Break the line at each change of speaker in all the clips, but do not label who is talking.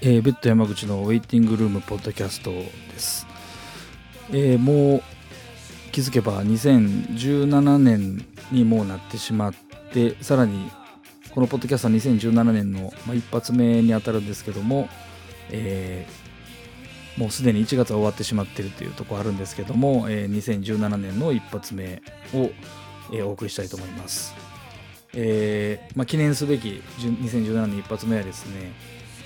えー、ベッド山口のウェイティングルームポッドキャストです、えー、もう気づけば2017年にもうなってしまってさらにこのポッドキャストは2017年の、まあ、一発目にあたるんですけども、えー、もうすでに1月は終わってしまってるというところあるんですけども、えー、2017年の一発目を、えー、お送りしたいと思います、えーまあ、記念すべき2017年一発目はですね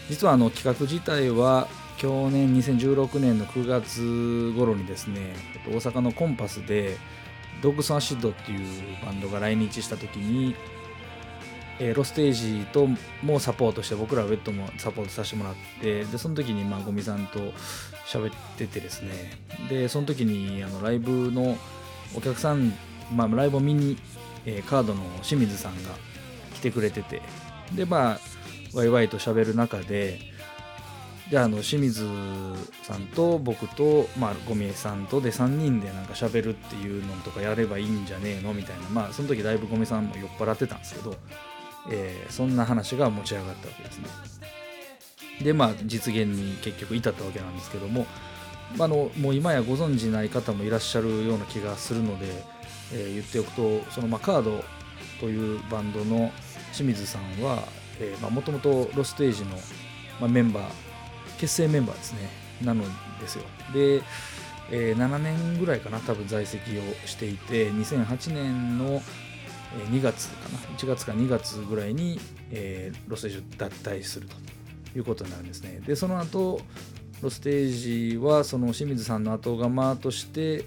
実はあの企画自体は去年2016年の9月頃にですね大阪のコンパスでドッグスアシッドっていうバンドが来日した時にえー、ロステージともサポートして僕らはウェットもサポートさせてもらってでその時にまあゴミさんと喋っててですねでその時にあのライブのお客さん、まあ、ライブを見に、えー、カードの清水さんが来てくれててでまあワイワイと喋る中でであの清水さんと僕と、まあ、ゴミさんとで3人でなんか喋るっていうのとかやればいいんじゃねえのみたいなまあその時だいぶゴミさんも酔っ払ってたんですけどえー、そんな話が持ち上がったわけですね。でまあ実現に結局至ったわけなんですけども、まあの、のもう今やご存じない方もいらっしゃるような気がするので、えー、言っておくとその、まあ、カードというバンドの清水さんはもともとロステージの、まあ、メンバー結成メンバーですねなのですよ。で、えー、7年ぐらいかな多分在籍をしていて2008年の2月かな1月か2月ぐらいに、えー、ロステージを脱退するということになるんですねでその後ロステージはその清水さんの後釜として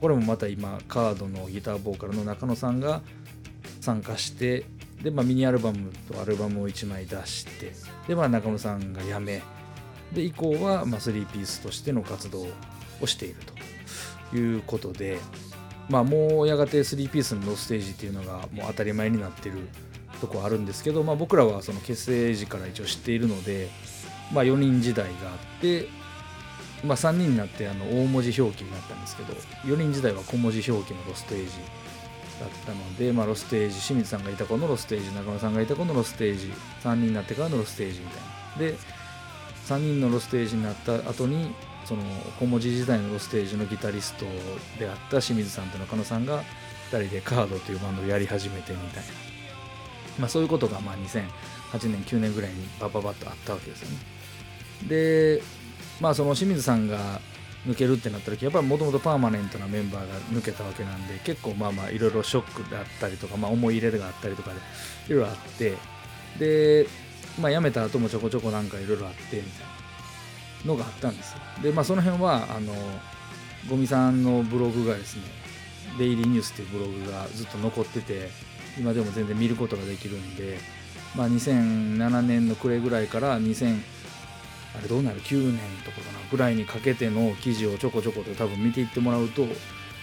これもまた今カードのギターボーカルの中野さんが参加してで、まあ、ミニアルバムとアルバムを1枚出してで、まあ、中野さんが辞めで以降は、まあ、3ピースとしての活動をしているということで、まあ、もうやがて3ピースのロステージっていうのがもう当たり前になってるとこあるんですけど、まあ、僕らはその結成時から一応知っているので、まあ、4人時代があって、まあ、3人になってあの大文字表記になったんですけど4人時代は小文字表記のロステージだったので、まあ、ロステージ清水さんがいた子のロステージ中野さんがいた子のロステージ3人になってからのロステージみたいな。で3人のロステージになった後にその小文字時代のロステージのギタリストであった清水さんと中野さんが2人でカードというバンドをやり始めてみたいな、まあ、そういうことがまあ2008年9年ぐらいにバババッとあったわけですよねでまあその清水さんが抜けるってなった時やっぱりもともとパーマネントなメンバーが抜けたわけなんで結構まあまあいろいろショックであったりとか、まあ、思い入れがあったりとかでいろいろあってでまあ辞めた後もちょこちょこなんかいろいろあってみたいなのがあったんですでまあその辺はあのゴミさんのブログがですね「デイリーニュース」っていうブログがずっと残ってて今でも全然見ることができるんで、まあ、2007年の暮れぐらいから2000あれどうなる9年とかかなぐらいにかけての記事をちょこちょこと多分見ていってもらうと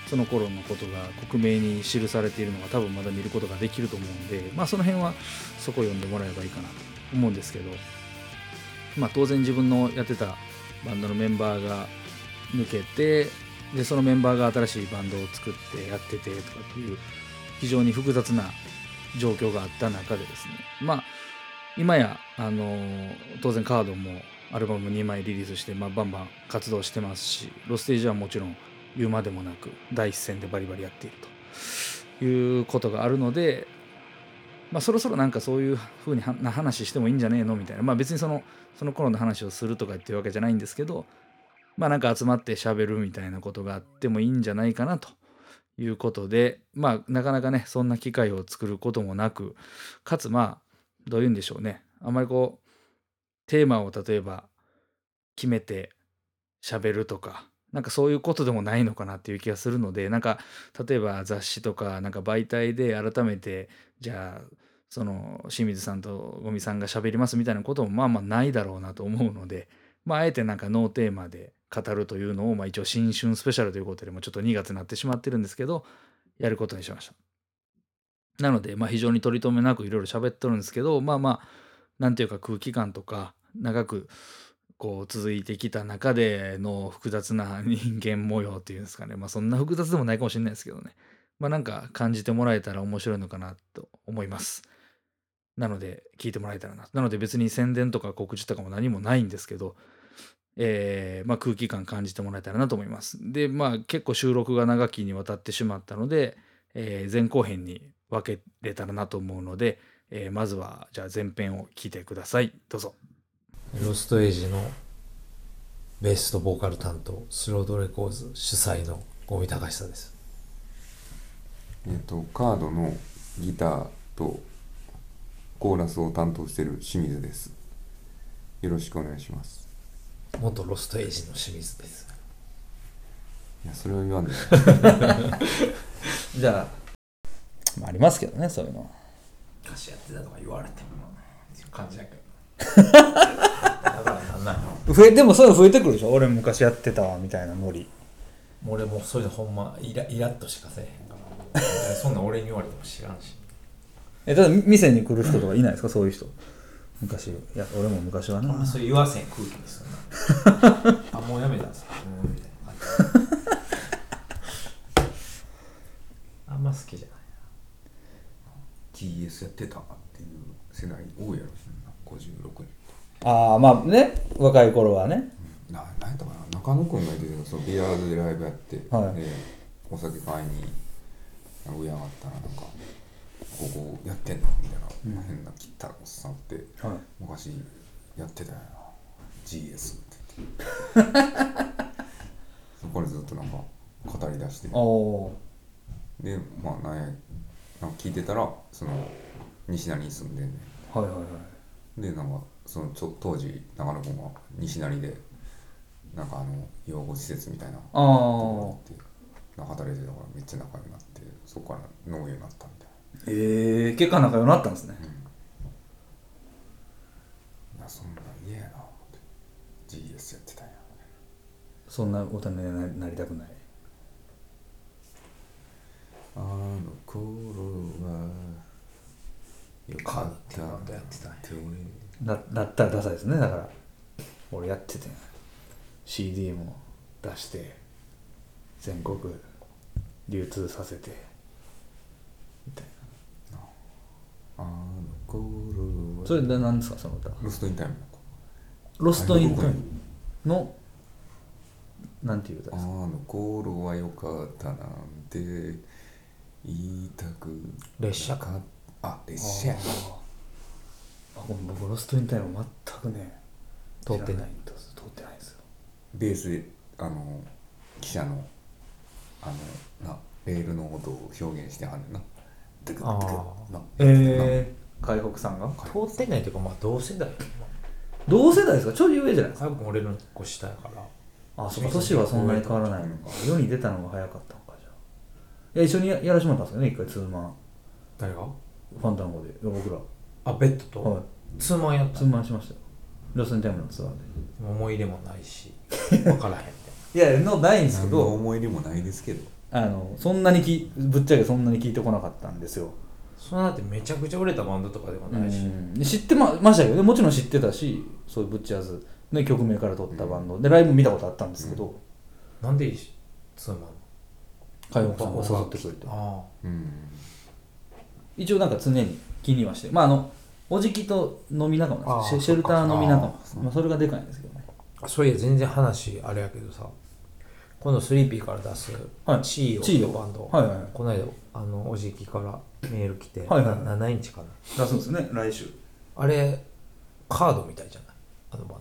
その頃のことが克明に記されているのが多分まだ見ることができると思うんでまあその辺はそこ読んでもらえばいいかなと思うんですけどまあ当然自分のやってたバンドのメンバーが抜けてでそのメンバーが新しいバンドを作ってやっててとかっていう非常に複雑な状況があった中でですねまあ今やあの当然カードもアルバム2枚リリースして、まあ、バンバン活動してますしロステージはもちろん言うまでもなく第一線でバリバリやっているということがあるのでまあ、そろそろなんかそういう風にな話してもいいんじゃねえのみたいな、まあ、別にそのその頃の話をするとかっていうわけじゃないんですけどまあなんか集まってしゃべるみたいなことがあってもいいんじゃないかなということでまあなかなかねそんな機会を作ることもなくかつまあどういうんでしょうねあんまりこうテーマを例えば決めてしゃべるとかなんかそういうことでもないのかなっていう気がするのでなんか例えば雑誌とかなんか媒体で改めてじゃあその清水さんと五味さんが喋りますみたいなこともまあまあないだろうなと思うのでまああえてなんかノーテーマで語るというのをまあ一応新春スペシャルということでもちょっと2月になってしまってるんですけどやることにしました。なのでまあ非常に取り留めなくいろいろ喋っとるんですけどまあまあなんていうか空気感とか長くこう続いてきた中での複雑な人間模様っていうんですかねまあそんな複雑でもないかもしれないですけどねまあなんか感じてもらえたら面白いのかなと思います
なので、聞いてもらえたらな。なので、別に宣伝とか告知とかも何もないんですけど、えーまあ、空気感感じてもらえたらなと思います。で、まあ、結構収録が長きにわたってしまったので、えー前後編に分けれたらなと思うので、えーまずは、じゃあ前編を聞いてください。どうぞ。
ロストエイジのベースとボーカル担当スロードレコーズ主催の五味隆久です
えっとカードのギターとコーラスを担当している清水ですよろしくお願いします
元ロストエイジの清水です
いやそれを言わん で
じゃあ
まあ、ありますけどねそういうの
歌手やってたとか言われても感じだけどだからなんなんやろ
増えでもそういうの増えてくるでしょ俺昔やってたわみたいなノリ
俺もうそういうのほんまイライラッとしかせえへんからそんなん俺に言われても知らんし
えただみ店に来る人とかいないですかそういう人昔いや俺も昔はな
あそう言わせん空気にするな あもうやめたんすかもうみたいな感じあんま好きじゃない
TS やってたっていう世代多いやろ56人
ああまあね若い頃はね
ななんやったかな中野くんが言ってたそのビアーズでライブやって、
はい
でお酒買いになんか上上がったらなんか「ここやってんの?」みたいな、変な切ったおっさんって、
はい
昔やってたよな GS って言ってそこでずっとなんか語り出して
おお
でまあなんやなんか聞いてたらその西成に住んでんねん
はいはいはい
でなんかそのちょ当時長野君は西成でなんかあの養護施設みたいなと
あー
こ行ってなんか働いてたからめっちゃ仲良くなってそこから農業になったみたい
ええ結果仲良くなったんですね
ないやそんなん嫌やな思って GS やってたんや
そんな大人になりなりたくない
あの頃はよ
かったってやってたんや
だだったらダサいですねだから俺やってて CD も出して全国流通させてみたい
あの頃
な
は
それで何ですかその歌
ロストインタイムの子
ロストインタイムのなんていう歌
あ
ですか
の頃は良かったなんて言いたく
列車
かっあ列車や
あごめん僕ロストインタイム全くね
通ってない
知らんです通ってないんですよ
ベースであの汽車のあのなレールの音を表現してはんねんなドゥクドゥクな
ええ海北さんが
通ってないというかまあ同世代やな
同世代ですかちょい上じゃないですか
多分俺の一個下やから
あそっか年はそんなに変わらないのか世に出たのが早かったのかじゃあいや一緒にややらしまったんですよね一回ツーマン
誰が
ファンタンゴでいや僕ら
あベッドと、
は
ツーマンや
い
った
ツーマンしましたよロストインタイムのツアー
思い入れもないし分からへんって
でいやのないんですけ
何の
ど
思い入れもないですけど
あのそんなにきぶっちゃけそんなに聞いてこなかったんですよ
そんなだってめちゃくちゃ売れたバンドとかでもないし、
うん知ってまましたけどねもちろん知ってたしそういうブッチャーズの曲名から取ったバンド、でライブも見たことあったんですけど
なんでいいしツーマン
海北さんが誘ってくれて
あ
うん
一応なんか常に気にはしてまああのおじきと飲み仲間なんですよ
あー
シェシェルター飲み仲間
そっかそっか
まあ、それがでかいんですけどね
あそういや全然話あれやけどさ今度スリーピーから出す
はい
地位を
地位を
バンド、
はいはいはい
この間あのおじきからメール来て、
はいはい
な7インチかな
出すんですね来週
あれカードみたいじゃないあのバン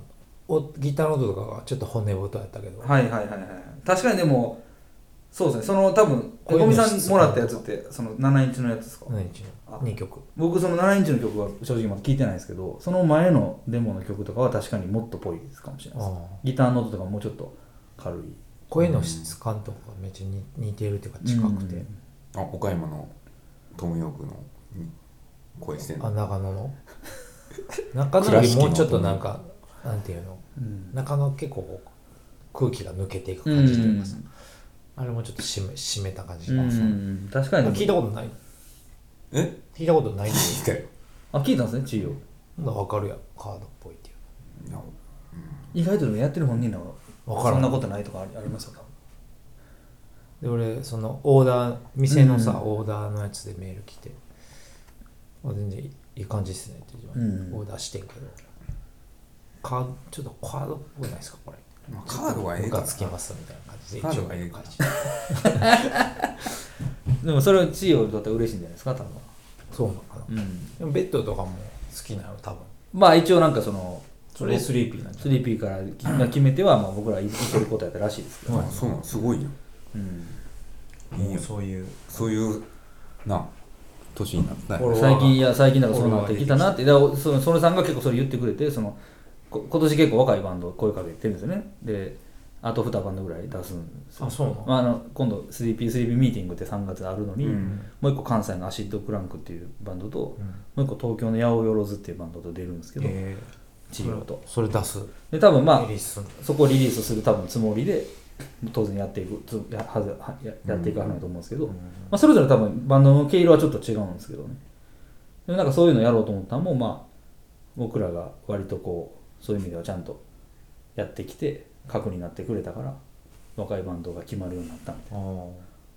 ドおギターの音とかがちょっと骨太やったけど、
はいはいはいはい確かにでもそうですねその多分
こういうの
小見さんもらったやつってその7インチのやつですか、
7インチの
あ
2曲
僕その7インチの曲は正直まだ聞いてないですけどその前のデモの曲とかは確かにもっとぽいですかもしれないです
ああ
ギターの音とかもうちょっと軽い
声の質感とかめっちゃに似てるっていうか近くて、
うん
あ岡山のトムヨークのに声してん
あ
の
長野の 中野よりもうちょっとなんかなんていうの
うん
中野結構こう空気が抜けていく
うん
感じというかさ、あれもちょっと締め締めた感じ
う
が、
ん確か
あ
に
聞いたことない
え
聞いたことないって
聞いたよ
あ聞いたんですね地位を
いうの分かるやんカードっぽいっていう
いや
意外とでもやってる本人ら
わ
は
からん
そんなことないとかありありますよ多分
で俺そのオーダー店のさ、
うん
オーダーのやつでメール来て、まあ、全然いいい感じですねって自
う
分
ん
でオーダーしてんけど、カードちょっとカードっぽくないですかこれ
まあカードがええ
ム
から
カ
な
つきますみたいな感じで
カードがええから
一応感
でもそれは地位を取ったら嬉しいんじゃないですか多分、
じそうなのかな、
うん、
でもベッドとかも好きなの多分
まあ一応なんかその
それスリーピーなんじゃ
スリーピーからきが決めてはまあ僕ら行けることやったらしいですけど、
はい
あそうなんすごいよ
うん、
いいよ
もうそういう
そういうな年になったんや
フォロワ
最
ー
近いや最近なんかそうなってきたなってだからそのそのさんが結構それ言ってくれてそのこ今年結構若いバンド声かけてるんですよねであと2バンドぐらい出すんですよ
あそうなの
まあ、あの今度 3P3P ミーティングって3月あるのに、もう一個関西のアシッドクランクっていうバンドと、
うん
もう一個東京の八百万っていうバンドと出るんですけど、
え
治療と
それ出す
で多分まあ
リリースするの
そこをリリースする多分つもりで当然やっていくつやはずはややっていかないと思うんですけど、
うん
まあ、それぞれ多分バンドの毛色はちょっと違うんですけどねでもなんかそういうのやろうと思ったのもまあ僕らが割とこうそういう意味ではちゃんとやってきて核になってくれたから若いバンドが決まるようになったみたいな
あー
は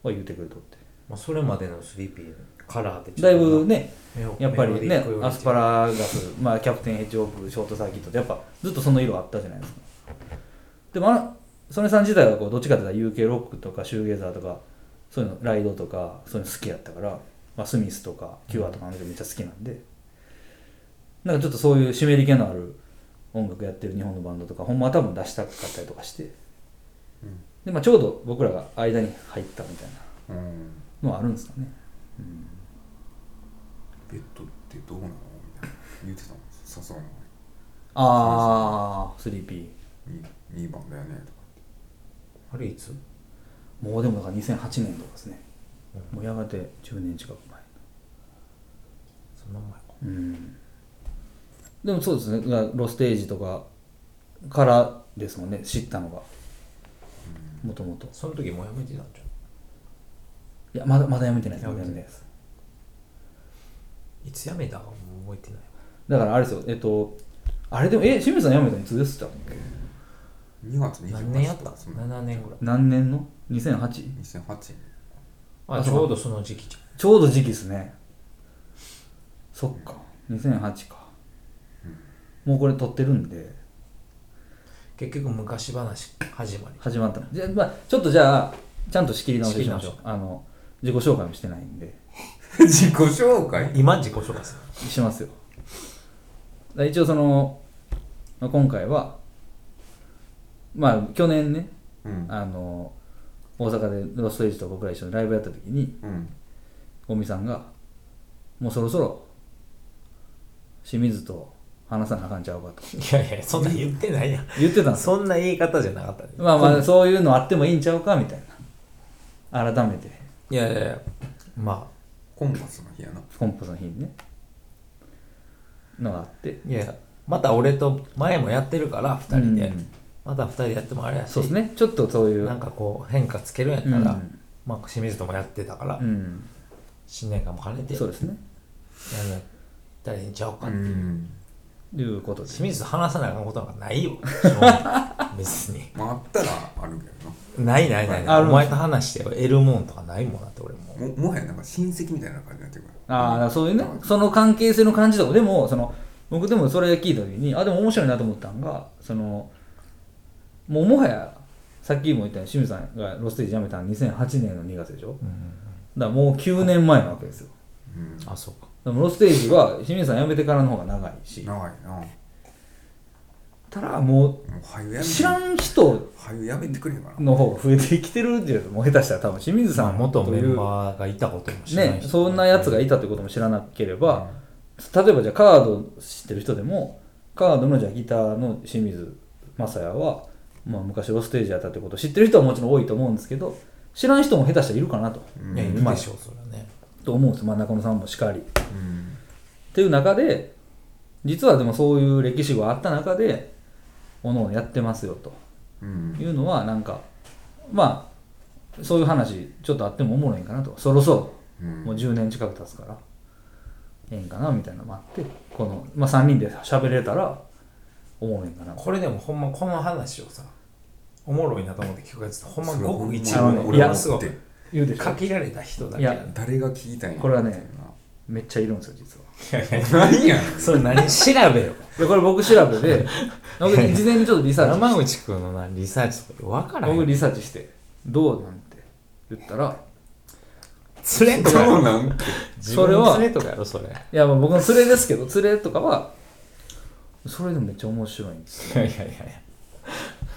言ってくれとって
まあ、それまでのスリーピーのカラーでちょっと
だいぶね
目を
やっぱり
目を
ね
引くように
アスパラガス、まあ、キャプテンヘッジホープショートサーキットってやっぱずっとその色あったじゃないですかでもあの曽根さん自体はこうどっちかというと UK ロックとかシューゲーザーとかそういうのライドとかそういうの好きやったから、まあ、スミスとかキュアとかの人めっちゃ好きなんで、なんかちょっとそういう湿り気のある音楽やってる日本のバンドとかほんまは多分出したかったりとかして、
うん
でまあ、ちょうど僕らが間に入ったみたい
うん
なのはあるんですかね、うん
ベッドってどうなのみたいな言ってたもん笹野が
ああ 3P
2番だよねとか
あれいつ
もうでもだから2008年とかですね、
うん
もうやがて10年近く
その前か
前うんでもそうですねだからロステージとかからですもんね知ったのがもともと
その時もうやめてたんじゃ
いやまだまだやめてないですま
や
だ
め
や
て
めてな
ない
いです
んいつやめたかもう覚えてない
だからあれですよえっとあれでもえ清水さんやめたのいつでしたっけ
2月
わ何年やった
28日と
ん
か
です
そ
か
んな
7年ぐらい
何年の 2008?
2008年
あちょうどその時期じ
ちょうど時期ですねそっか2008か、もうこれ撮ってるんで
ゃん結局昔話始まり
始まったのじゃあ、まあ、ちょっとじゃあちゃんと仕切り直し
仕切
し
り
ま
直
し
し
ょうあの自己紹介もしてないんで
自己紹介
今自己紹介する
しますよだから一応その、まあ、今回はまあ去年ね
うん
あの大阪でロストエイジと僕ら一緒にライブやった時に
うん
五味さんがもうそろそろ清水と話さなあかんちゃうかと
いやいやそんな言ってないやん
言ってたんですよ
そんな言い方じゃなかった ね
まあまあそういうのあってもいいんちゃうかみたいな改めて
いやいやいやま
コンパスの日やな
コンポの日にねのがあって
あいやまた俺と前もやってるから2人で、
うん
また2人でやってもあれやし
そうですねちょっとそういう
なんかこう変化つけるんやったら、まあ、清水ともやってたから、
うん、うん
新年会も兼ねてや
そうですね
ったらいいんちゃうかっていう、
ん
ということで
清水と話さなあかんことなんかないよ正直別に
まああったらあるけどな
ないないない
あ
な
る
い
ん
お
です
前と話して得るもんとかないもんなって俺も
ももはやなんか親戚みたいな感じになってくる
ああだからそういうねその関係性の感じとかでもその僕でもそれ聞いた時にあでも面白いなと思ったのがそのもうもはやさっきも言ったように清水さんがロステージ辞めたの2008年の2月でしょ
うんうんうん
だからもう9年前なわけですよ
うん
あそうか
でもロステージは清水さん辞めてからの方が長いし
長いなも
ただも
うはよや
う
め
知らん人
はよやめてくれよかな
の方が増えてきてるんじゃないですかもう下手したら多分清水さ
さあ
ん
元
と
メ
い
ン
う
バーがいたことも知らない
ね、そんなやつがいたってことも知らなければ、例えばじゃあカード知ってる人でもカードのじゃあギターの清水雅也は、まあ、昔ロステージやったってことを知ってる人はもちろん多いと思うんですけど知らん人も下手したらいるかなと,、
うん
いやいるでしょうそれはね
と思うんです真ん中野さんもしかりっ
うん
ていう中で実はでもそういう歴史があった中でおのおのやってますよと
うん
いうのはなんかまあそういう話ちょっとあってもおもろいんかなとそろそろ
うん
もう10年近く経つから、ええんかなみたいなのもあって、この、まあ、3人で喋れたら、おもろいんかな。
これでもほんまこの話をさおもろいなと思って聞くやつってほんまごく一
それ
部
ほん
の
ま
俺
俺
も
も
すご
っ
い
て
言うでしょ。
限られた人だけや
い
な
誰が聞いたんや
これはねめっちゃいるんですよ実は
何やそれ何調べよ。
でこれ僕調べ で僕事前にちょっとリサーチ
山口くんのな、リサーチとか分からへん。
僕リサーチしてどうなんて言ったら
それとかや
そう
ろ。
なんて
それは。それとかやろ、それ。い
いやまあ僕の連れですけど連れとかはそれでもめっちゃ面白いんです
やいやいやいや。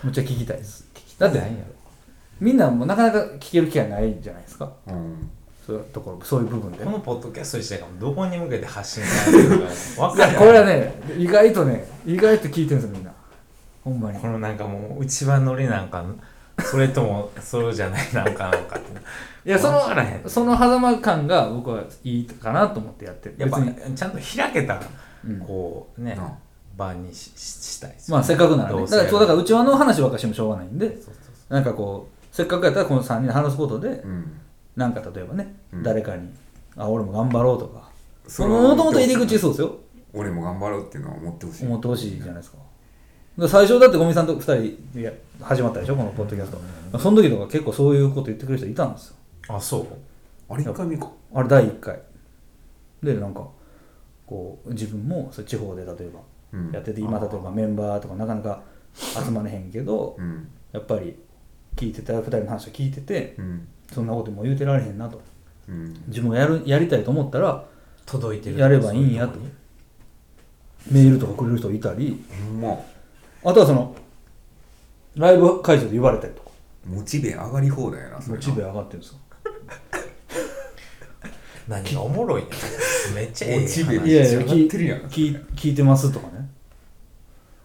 めっちゃ聞きたいですだって
何やろ。
みんなもなかなか聞ける機会ないじゃないですか
うん
そういうところそういう部分で
このポッドキャスト自体がどこに向けて発信されてるか分
い
から
や
ない。
これはね意外とね意外と聞いてるんですよみんなほんまに
このなんかもう、内輪乗りなんか、それとも、そうじゃないなんかなんかって。
いやそ
わからへん
のその狭間感が僕はいいかなと思ってやってる
やっ
別
ぱ、
に、
ちゃんと開けた、
うん
こうね、
うん
場にししたいですよ
まあ
ね
せっかくなら
ど
ね
うせ
だからそうだからうちわの話ばっかりしてもしょうがないんで
そうそうそう
なんかこうせっかくやったらこの3人で話すことで、
うん
なんか例えばね、
うん
誰かに「あ俺も頑張ろう」とか
そ
そ
れ
の
は
もともと入り口そうですよ
俺も頑張ろうっていうのは思ってほしい
思ってほしいじゃないですかだから最初だって五味さんと2人でや始まったでしょこのポッドキャスト、その時とか結構そういうこと言ってくる人いたんですよ
あそう
あれ一回見か
あれ第1回でなんかこう自分もそう地方で例え
うん
ばやってて、今例えばメンバーとかなかなか集まれへんけど、
うん
やっぱり聞いてた2人の話を聞いてて
うん
そんなこともう言うてられへんなと
うん
自分がやるやりたいと思ったら
届いてる
やればいいんやと
そううとこ
メールとかくれる人いたり
ほんま
あとはそのライブ会場で言われたりとか
モチベ上がり放題やなそれ
モ
な
チベ上がってるんですよ
に何がおもろいねんめっちゃええ
モチベ
話
いやいや聞いてるやん
聞聞いてますとかね、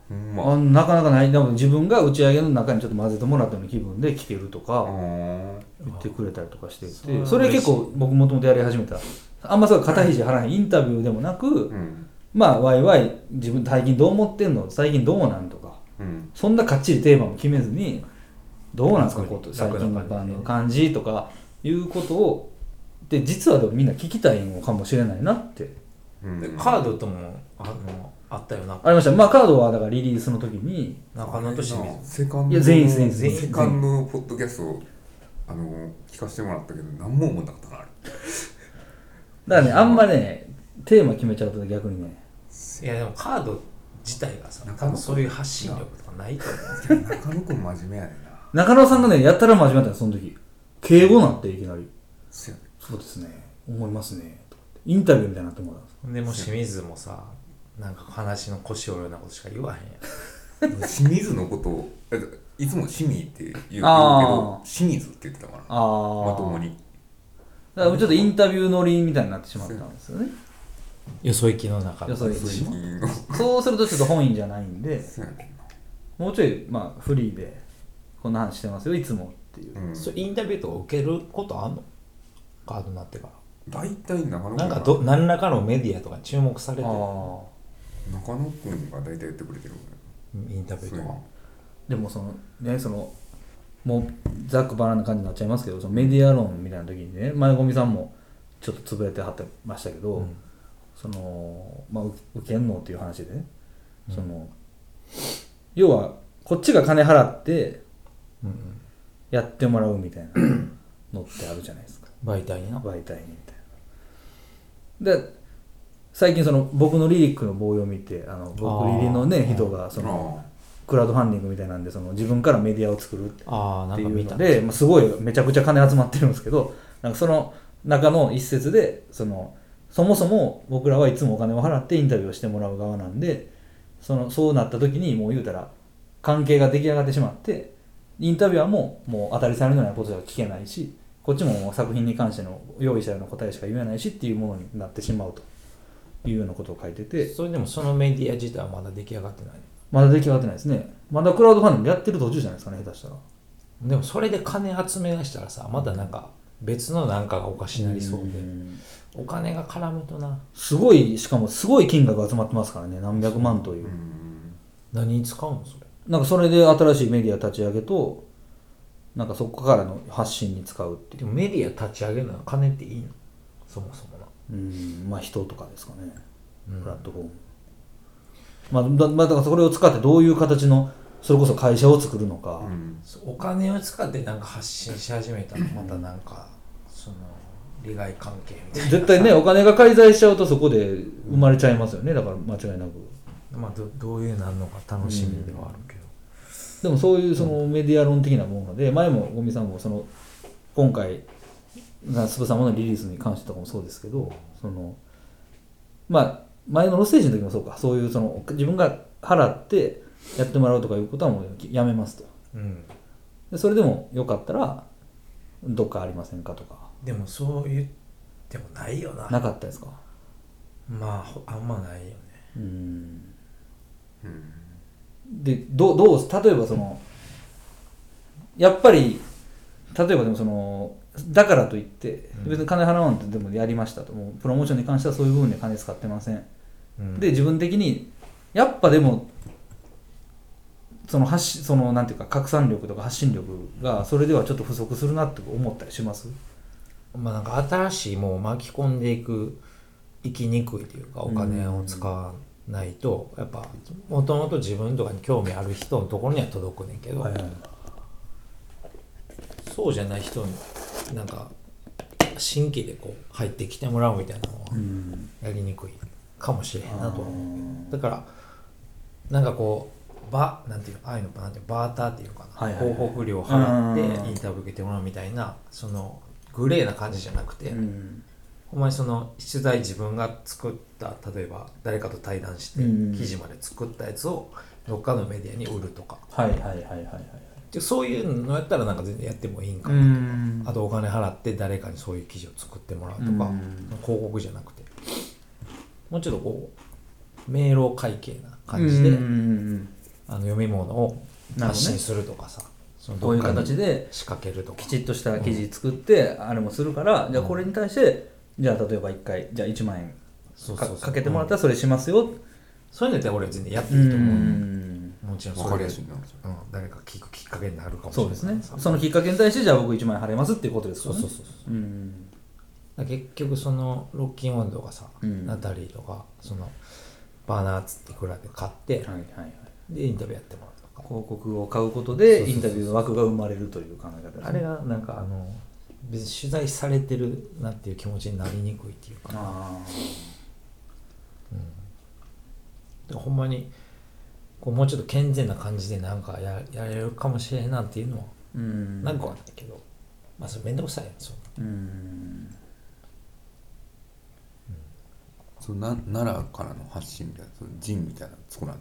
ほん
あ
ま
のなかなかないでも自分が打ち上げの中にちょっと混ぜてもらったような気分で来てると
あ
か
ー
言ってくれたりとかして
それは
てそれ結構僕もともとやり始めたあんまそう肩肘張らへんインタビューでもなく
うん
まあワイワイ自分最近どう思ってんの最近どうなんとか
うん
そんなかっちりテーマも決めずにどうなんですか
楽
こ
に
う最近の
楽な
バン
感じ
ド
で
の感じとかいうことをで実はでもみんな聞きたいのかもしれないなって
うん
でカードともあのあったよな
ありましたまあカードはだからリリースの時に
中野と清水
セカンド
いや全員全員全員
セカンドのポッドキャストあの聞かせてもらったけど何も思んなかったなあれ
だからねあんまねテーマ決めちゃうと逆にね
いやでもカード自体がさ
中野
多分そういう発信力とかないと思う
いや中野くん真面目やねんな
中野さんがねやったら真面目だったのその時敬語なんていきなり
せやね
そうですね思いますねとかってインタビューみたいになってもらうんですよ
ほんでもう清水もさなんか話の腰折るようなことしか言わへんやん
清水のことをえっといつも清水って言う言うけ
あ
ど清水って言ってたから
ああ
まともに
だからちょっとインタビュー乗りみたいになってしまったんですよね
よそ行きの中
よそ行き
そういうの
そうするとちょっと本意じゃないんで
せやね
もうちょいまあフリーでこんな話してますよいつもっていうん
なうん
それインタビューとか受けることあんのカードになってから
大体中野くん
なんか
が
ど何らかのメディアとかに注目されてる
あ
中野くんが大体やってくれてる
インタビュー
そ
と
うや
か
な
でもそのねそのもうざっくばらんな感じになっちゃいますけどそのメディア論みたいな時にね前込さんもちょっとつぶれてはってましたけど、
うん
その、まあ、う受けんのっていう話でね、その要はこっちが金払って
うんうん
やってもらうみたい なのってあるじゃないですか
媒体にな
媒体にみたいなで最近その僕のリリックの棒読みってあの僕リリのね
あー
人がその
あ
クラウドファンディングみたいなんでその自分からメディアを作るって
ああな
っ
ん
てい
か見
う
た
ので、まあ、すごいめちゃくちゃ金集まってるんですけどなんかその中の一節でそのそもそも僕らはいつもお金を払ってインタビューをしてもらう側なんでそのそうなった時にもう言うたら関係が出来上がってしまってインタビュアーももう当たり障りのないことでは聞けないしこっちももう作品に関しての用意したような答えしか言えないしっていうものになってしまうというようなことを書いてて
それでもそのメディア自体はまだ出来上がってない
まだ出来上がってないですねまだクラウドファンディングやってる途中じゃないですかね下手したら。
でもそれで金集め出したらさまたなんか別のなんかがおかしなりそうでお金が絡むとな
すごい、しかもすごい金額集まってますからね、何百万という。
ーうん
何に使うのそれ
なんかそれで新しいメディア立ち上げと、なんかそこからの発信に使うってい
で
う。
もメディア立ち上げるのは金っていいのそもそもな
うん、まあ人とかですかね、
うん
プラットフォーム。まあ、だまあ、だからそれを使ってどういう形の、それこそ会社を作るのか、
うん
そうお金を使ってなんか発信し始めたらまたなんかその利害関係みたいな
絶対ねお金が介在しちゃうとそこで生まれちゃいますよねだから間違いなく
まあどどういうなんのか楽しみではあるけど、
でもそういうそのメディア論的なもので前も五味さんもその今回つぶさまのリリースに関してとかもそうですけどそのまあ前のロステージの時もそうかそういうその自分が払ってやってもらうとかいうことはもうやめますと
うん、
でそれでもよかったらどっかありませんかとか
でもそう言ってもないよな
なかったですか
まあほあんまないよね
うん
うん
でどうどう例えばそのやっぱり例えばでもそのだからといって
うん
別に金払わんとでもやりましたともうプロモーションに関してはそういう部分で金使ってません、
うん
で自分的にやっぱでもその発しそのなんていうか拡散力とか発信力がそれではちょっと不足するなって思ったりします
まあなんか新しいもう巻き込んでいく生きにくいというかお金を使わないとやっぱもともと自分とかに興味ある人のところには届くねんけど、そうじゃない人になんか新規でこう入ってきてもらうみたいなのは
うん
やりにくいかもしれへんなとは思うけどだからなんかこうバなんていうのああいうのなんていうのバーターっていうのかな、
はいはいはい
広告料払って
うん
インタビュー受けてもらうみたいなそのグレーな感じじゃなくて、
うん
ほんまにその取材自分が作った例えば誰かと対談して
うん
記事まで作ったやつをどっかのメディアに売るとか
はいはいはいはいはい
でそういうのやったらなんか全然やってもいいんか
う
な、
ん
あとお金払って誰かにそういう記事を作ってもらうとか、
うん
広告じゃなくてもうちょっとこう明朗会計な感じで、
うん
あの読み物を発信するとかさ、その
こういう
どっかに
形で
仕掛けるとか
きちっとした記事作って、あれもするから、じゃあこれに対してじゃあ例えば1回じゃあ1万円
そうそ
か
うそう
かけてもらった
うん
らそれしますよ、
そういうのやったら俺は全然やって
う
いいと思う、
ん
もちろん
わ
そ
か
れで
りやすいな
うん、誰か聞くきっかけになるかもしれ
そう
ない
ですね
さ
そのきっかけに対してじゃあ僕1万円払いますっていうことです
そ
よ
う
ね
そうそうそ
う、
う
ん、
だから結局そのロッキンオンとかさ、
うん
ナタリーとかそのバーナーつっていくらで買って、
はいはいはい
でインタビューやってもらうとか
広告を買うこと
そう
で
そうそう
インタビューの枠が生まれるという考え方ですね
あれがなんかあの別に取材されてるなっていう気持ちになりにくいっていうかだか
あ
らほんまにこうもうちょっと健全な感じでなんかややれるかもしれんなっていうのは
ーうん
なんかはないけど、まあそれ面倒くさいやんそう
うん
そのな奈良からの発信みたいなその陣みたいなの作らん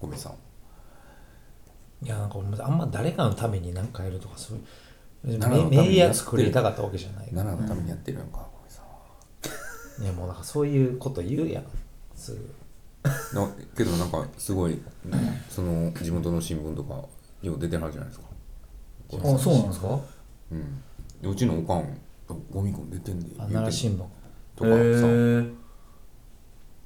ごめんさん
いやなんか俺あんま誰かのために何かやるとかそういうメ
なら
メ
のため
デ
にや
ィ
ってる
ア作りたかったわけじゃない
奈良のためにやってるやんかごめんさん
ねもうなんかそういうこと言うやんすぐ
なけどなんかすごいその地元の新聞とかよう出てはるじゃないですか
あそうなんですか
うんでうちのおかんゴミコン出てんで
あ奈良
言う
新聞
てんのとかさ
ー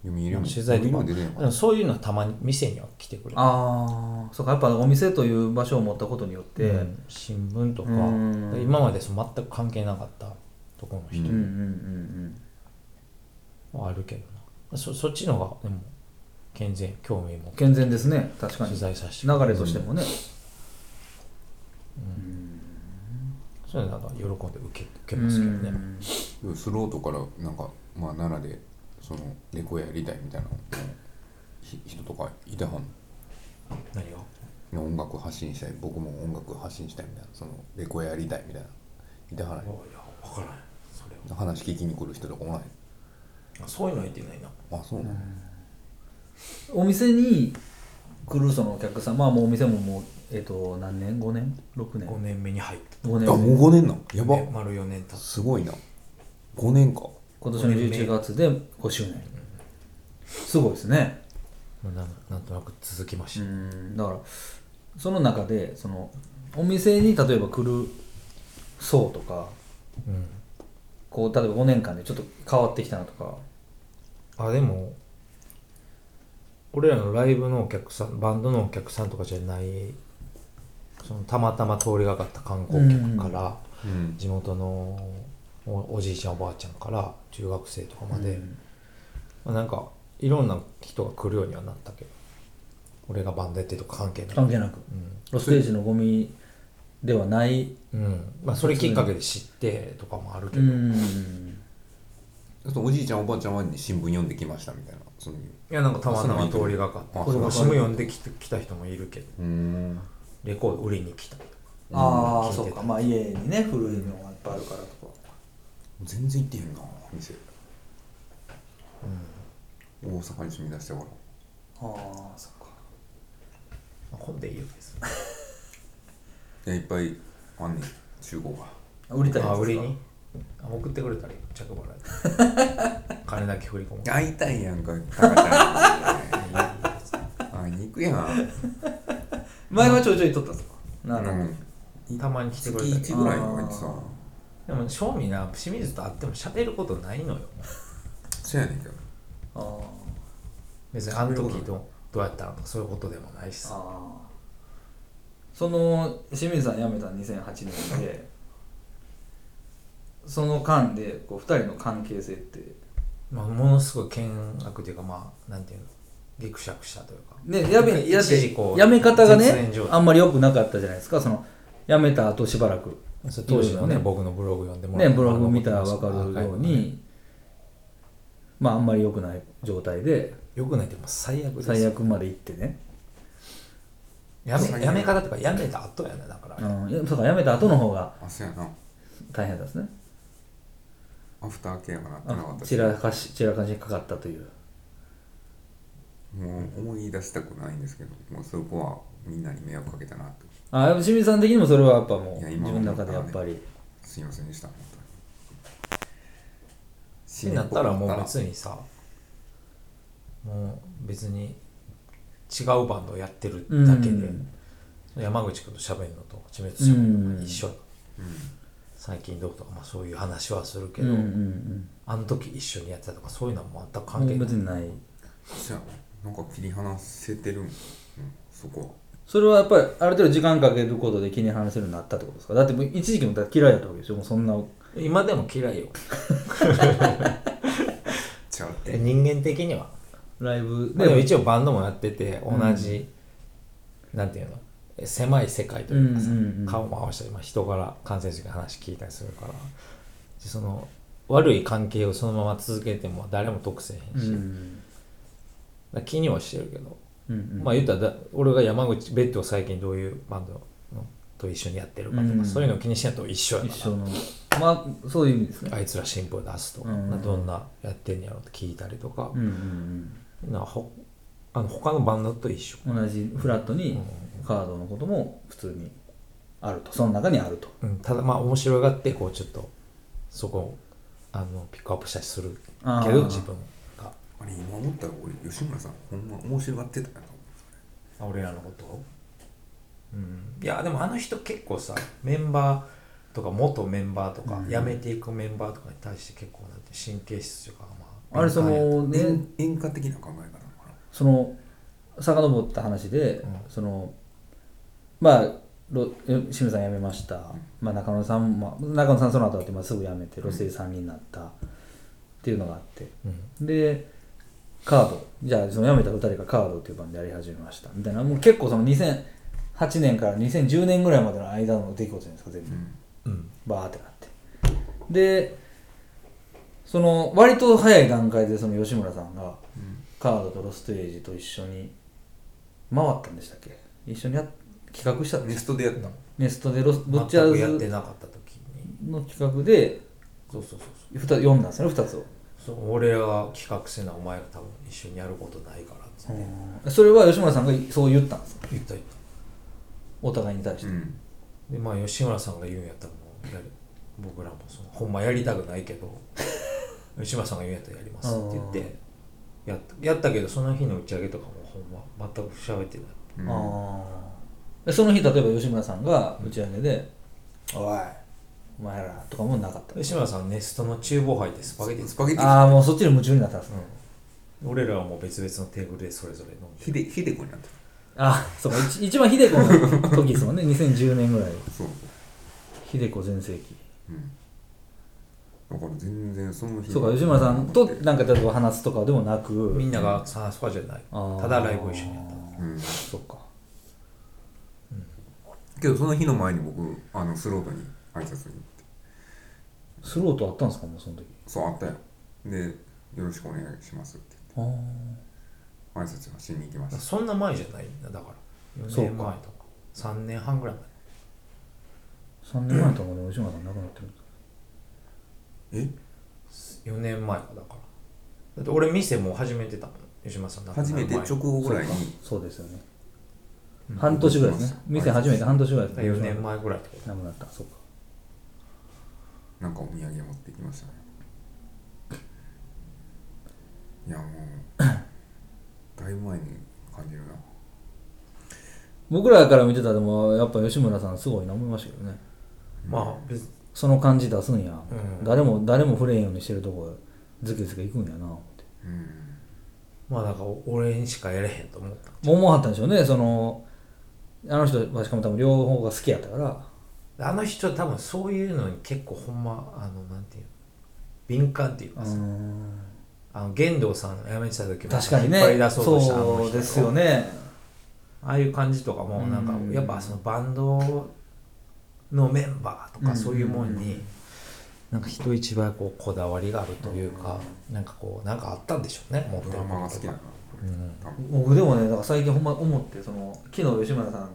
読売も
取材と
読
か
売も出てんやん
でもそういうのはたまに店には来てくれる
ああそうかやっぱお店という場所を持ったことによって、
うん新聞とか
うん
で今までその全く関係なかったところの
う
人
うんうんうん
はあるけどな、そそっちの方がでも健全興味も
うん健全ですね確か
取
に
材させて
流れとしてもね、
そういうのなんか喜んで受け受けますけどね、
うん
でもスロートからなんか、まあ、奈良でそのレコやりたいみたいなひ人とかいてはん
何が
の音楽発信したい僕も音楽発信したいみたいなそのレコやりたいみたいないてはない
いや分からないそれ
話聞きに来る人とかおらへん
はそういうのは言ってないな
あそうなの、
お店に来るそのお客さんまあもうお店ももうえっ、と何年5年6年
5年目に入って
5
あ
年
もう5年なんやば、
ね丸4年経つ
すごいな5年か
今年の11月で5周年すごいですね
もうなんなんとなく続きまし
う
た、
んだからその中でそのお店に例えば来る層とか
うん
こう例えば5年間でちょっと変わってきたなとか
あでも俺らのライブのお客さんバンドのお客さんとかじゃないそのたまたま通りがかった観光客から、
うん
地元のおおじいちゃんおばあちゃんから中学生とかまで、まあなんかいろんな人が来るようにはなったけど俺がバンドやってるとか関係ない、
関係なくロステージのゴミではない
うんうんまあ、それきっかけで知ってとかもあるけ
う
ど、
ん
あとおじいちゃんおばあちゃんは新聞読んできましたみたいなその
いやなんかたまたま通りがかって
あ
これ
そう
新聞読んできて来た人もいるけど
うーん
レコード売りに来た
あ
聞い
あ
てた
そうかまあ家にね古いのがいっぱいあるからとか
全然行ってへんな店、大阪に住み出してから
ああそっか
本でいいよです
いやいっぱいあんねん中古が
あ売りたいや
あ
つ
売
です
り
か
にあ送ってくれたらいい着払い金だけ振り込む
会いたいやんかタカちゃん 会いに行くやん
前はちょいちょい取ったんですかなるほど、
うん
たまに来てくれたり
月1ぐらいのあいつさ
でも正味な清水と会っても喋ることないのよ
そうやねんけど
あ
別にあの時どうどうやったのとかそういうことでもないし
あ
さ
ああその清水さん辞めた2008年でその間でこう2人の関係性って
まあ、ものすごい険悪というかまあなんていうのぎくしゃくしたというか
ねやめやっ
一
て
時こう
辞め方が
絶
ね
縁状態
あんまり良くなかったじゃないですかその辞めた後しばらく
それ当時のね
ね
僕のブログ読んでもら
ね
って
ブログ見たら分かるようにまああんまり良くない状態で
よくないってもう最悪です
最悪まで行ってね
やめやめ方とかやめた後やなだから、
うんいやそうか辞めた後の方が
あそうやな
大変だったんですね
アフターケアがなってなか
あ
った
散らかし散らかしにかかったという
もう思い出したくないんですけどもうそこはみんなに迷惑かけたなと
あやっぱ清水さん的にもそれはやっぱも
いうや
自
今
分の中でやっぱり
すいませんでした本当に
ってなったらもう別にさもう別に違うバンドやってるだけで、
うん
山口君と喋るのと清水君のが一緒、
うん
最近どうとか、まあ、そういう話はするけ
うん
ど、
うんうん
あの時一緒にやってたとかそういうのは全く
関係
関係ない
別にない
そうやななんか切り離せてるん、うん、そこは
それはやっぱりある程度時間かけることで気に話せるようになったってことですかだってもう一時期もだって嫌いだったわけでしょもうそんな
今でも嫌いよ
ちゃうって
人間的には
ライブ
でも一応バンドもやってて同じ、なんていうのえ狭い世界というかさ、
うんうんうん
顔も合わせて、まあ、人から感染者の話聞いたりするからでその悪い関係をそのまま続けても誰も得せへ
うん
し、
ん
だから気にはしてるけど、
うんうん
まあ言ったらだ俺が山口ベッドを最近どういうバンドのと一緒にやってるかとか、
うん
そういうのを気にしないと一緒やから
一緒のまあそういう意味ですね
あいつら新聞出すとか、
うんうん
どんなやってんやろって聞いたりとか
う、ん
なほあの他のバンドと一緒、
うんうん同じフラットにカードのことも普通にあるとその中にあると
うん、ただまあ面白がってこうちょっとそこをあのピックアップしたりする
あー
けど自分が
あれ今思ったら俺吉村さんほんま面白がってたやな
俺らのことを、うん、いやでもあの人結構さメンバーとか元メンバーとか
うん
辞めていくメンバーとかに対して結構なんて神経質というかまあ
あれそのね
演演歌的な考え方なのか
その遡った話で、
うん
そのまあろ清水さん辞めました、まあ、中野さんも中野さんその後だってまあすぐ辞めて
うん
路線さんになったっていうのがあって
うん
でカードじゃあその辞めた2人がカードっていうバンドやり始めましたみたいなもう結構その2008年から2010年ぐらいまでの間の出来事じゃないですか全部、
な、
うん
バーってなってでその割と早い段階でその吉村さんが
うん
カードとロストエイジと一緒に回ったんでしたっけ一緒にや企画した
うんん、ネ
です
ストでやったの
ネストでロスブッチャ
全
ー
くやって
ズ
なかった時に
の企画で
そうそうそう
二つ読んだんですよね2つを
そうそう俺が企画せなお前が多分一緒にやることないからっつって
それは吉村さんがそう言ったんですよ
言った言った
お互いに対して、
うん
でまあ吉村さんが言うんやったらもうやる僕らもそのほんまやりたくないけど吉村さんが言うんやったらやりますって言ってやったやったけどその日の打ち上げとかもほんま全く喋ってない
うん
ああその日例えば吉村さんが打ち上げで「おいお前ら」とかもなかった
吉村さんネストの厨房入ってスパゲティ
ス
作
パゲティ
ああもうそっちに夢中になったんですね、
うん俺らはもう別々のテーブルでそれぞれ飲んで
ひでひでこになって
あそうか一一番秀子の時ですもんね2010年ぐらい
たそう
秀子全盛期
うんだから全然その日
そうか吉村さんとなんか例えば話すとかでもなく
みんながさあそこじゃない
あー
ただライブ一緒にやった
うん
そっか
けどその日の前に僕あのスロートに挨拶に行って
スロートあったんですかもうその時
そうあったよで「よろしくお願いします」って
あー
挨拶はしに行きました
そんな前じゃないんだだから4
そうか
年前とか3年半ぐらい前
3年前とかで吉村さん亡くなってる
え
4年前かだからだって俺店もう始めてたもん吉村さん亡くなる
初めて直後ぐらいに
そうですよね
うん
半年ぐらいですね店初めて半年ぐらいですね
4年前ぐらいってこ
亡くなったそうか
なんかお土産持ってきましたねい やもうだいぶ前に感じるな
僕らから見てたらでもやっぱ吉村さんすごいな思いましたけどね
とまあ別に
その感じ出すんや、
うん
誰も誰も触れへんようにしてるとこズケズケ行くんやな思って
うん
まあなんか俺にしかやれへんと思った
もう思わはったんでしょうねそのあの人はしかも多分両方が好きやったから
あの人多分そういうのに結構ほんまあのなんていうの敏感っていうかさ、
ん
あの玄道さん辞めてた時も
確かにね
引っ張り出そうとしたあの
そう
人
ですよね
ああいう感じとかもなんか
うん
やっぱそのバンドのメンバーと
う
か
ん
そういうもんになんか人一倍こうこだわりがあるというかなんかこうなんかあったんでしょうね持って
ド
る
ラマ
も
が
の
好
と
きだ
か
なこれ
うん
多分
僕でもねだから最近ほんま思ってその昨日吉村さん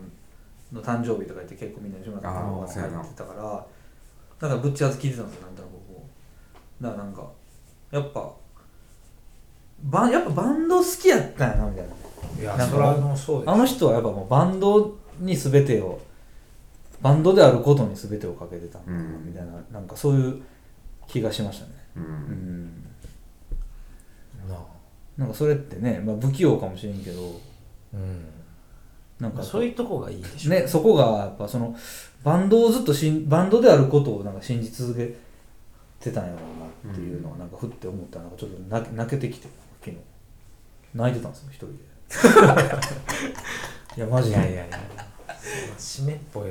の誕生日とか言って結構みんな吉村さんの動画
あーそうやな
入ってたからだからぶっちゃけ聞いてたんですよなんとなく僕もだからなんかやっぱバやっぱバンド好きやったんやなみたいない
や
なんか
それはもうそうです
あの人はやっぱもうバンドに全てをバンドであることに全てをかけてたんだな
うん
みたいな、なんかそういう気がしましたね
うん、
うん
なあ
なんかそれってね、まあ、不器用かもしれんけど
うん
なんか
そういうとこがいいでしょ
ね、そこがやっぱそのバンドをずっとしんバンドであることをなんか信じ続けてたんやろうなっていうのはなんかふって思ったらなんかちょっと泣け泣けてきて昨日泣いてたんですよ一人で いやマジ
い
で
やいやいや締めっぽい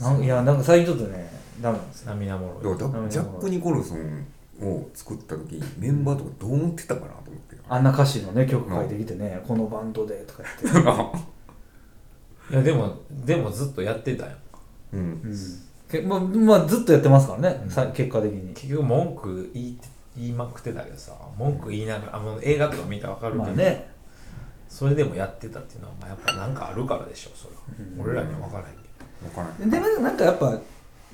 な
なんいやなんか最近ちょっとねダメなんですよ
涙もろ
だ
い
からジャック・ニコルソンを作った時メンバーとかどう思ってたかなと思って
あんな歌詞のね曲書いてきてね、このバンドでとか言っ
いやでもでもずっとやってたよ
うん
て、けまあまあ、ずっとやってますからね、さ結果的に
結局文句言い言いまくってたけどさ文句言いながらあの映画とか見たら分かるけど、
まあね
それでもやってたっていうのは、まあ、やっぱなんかあるからでしょそれは、
うん
俺らには分からへんけ
分からない
でもなんかやっぱ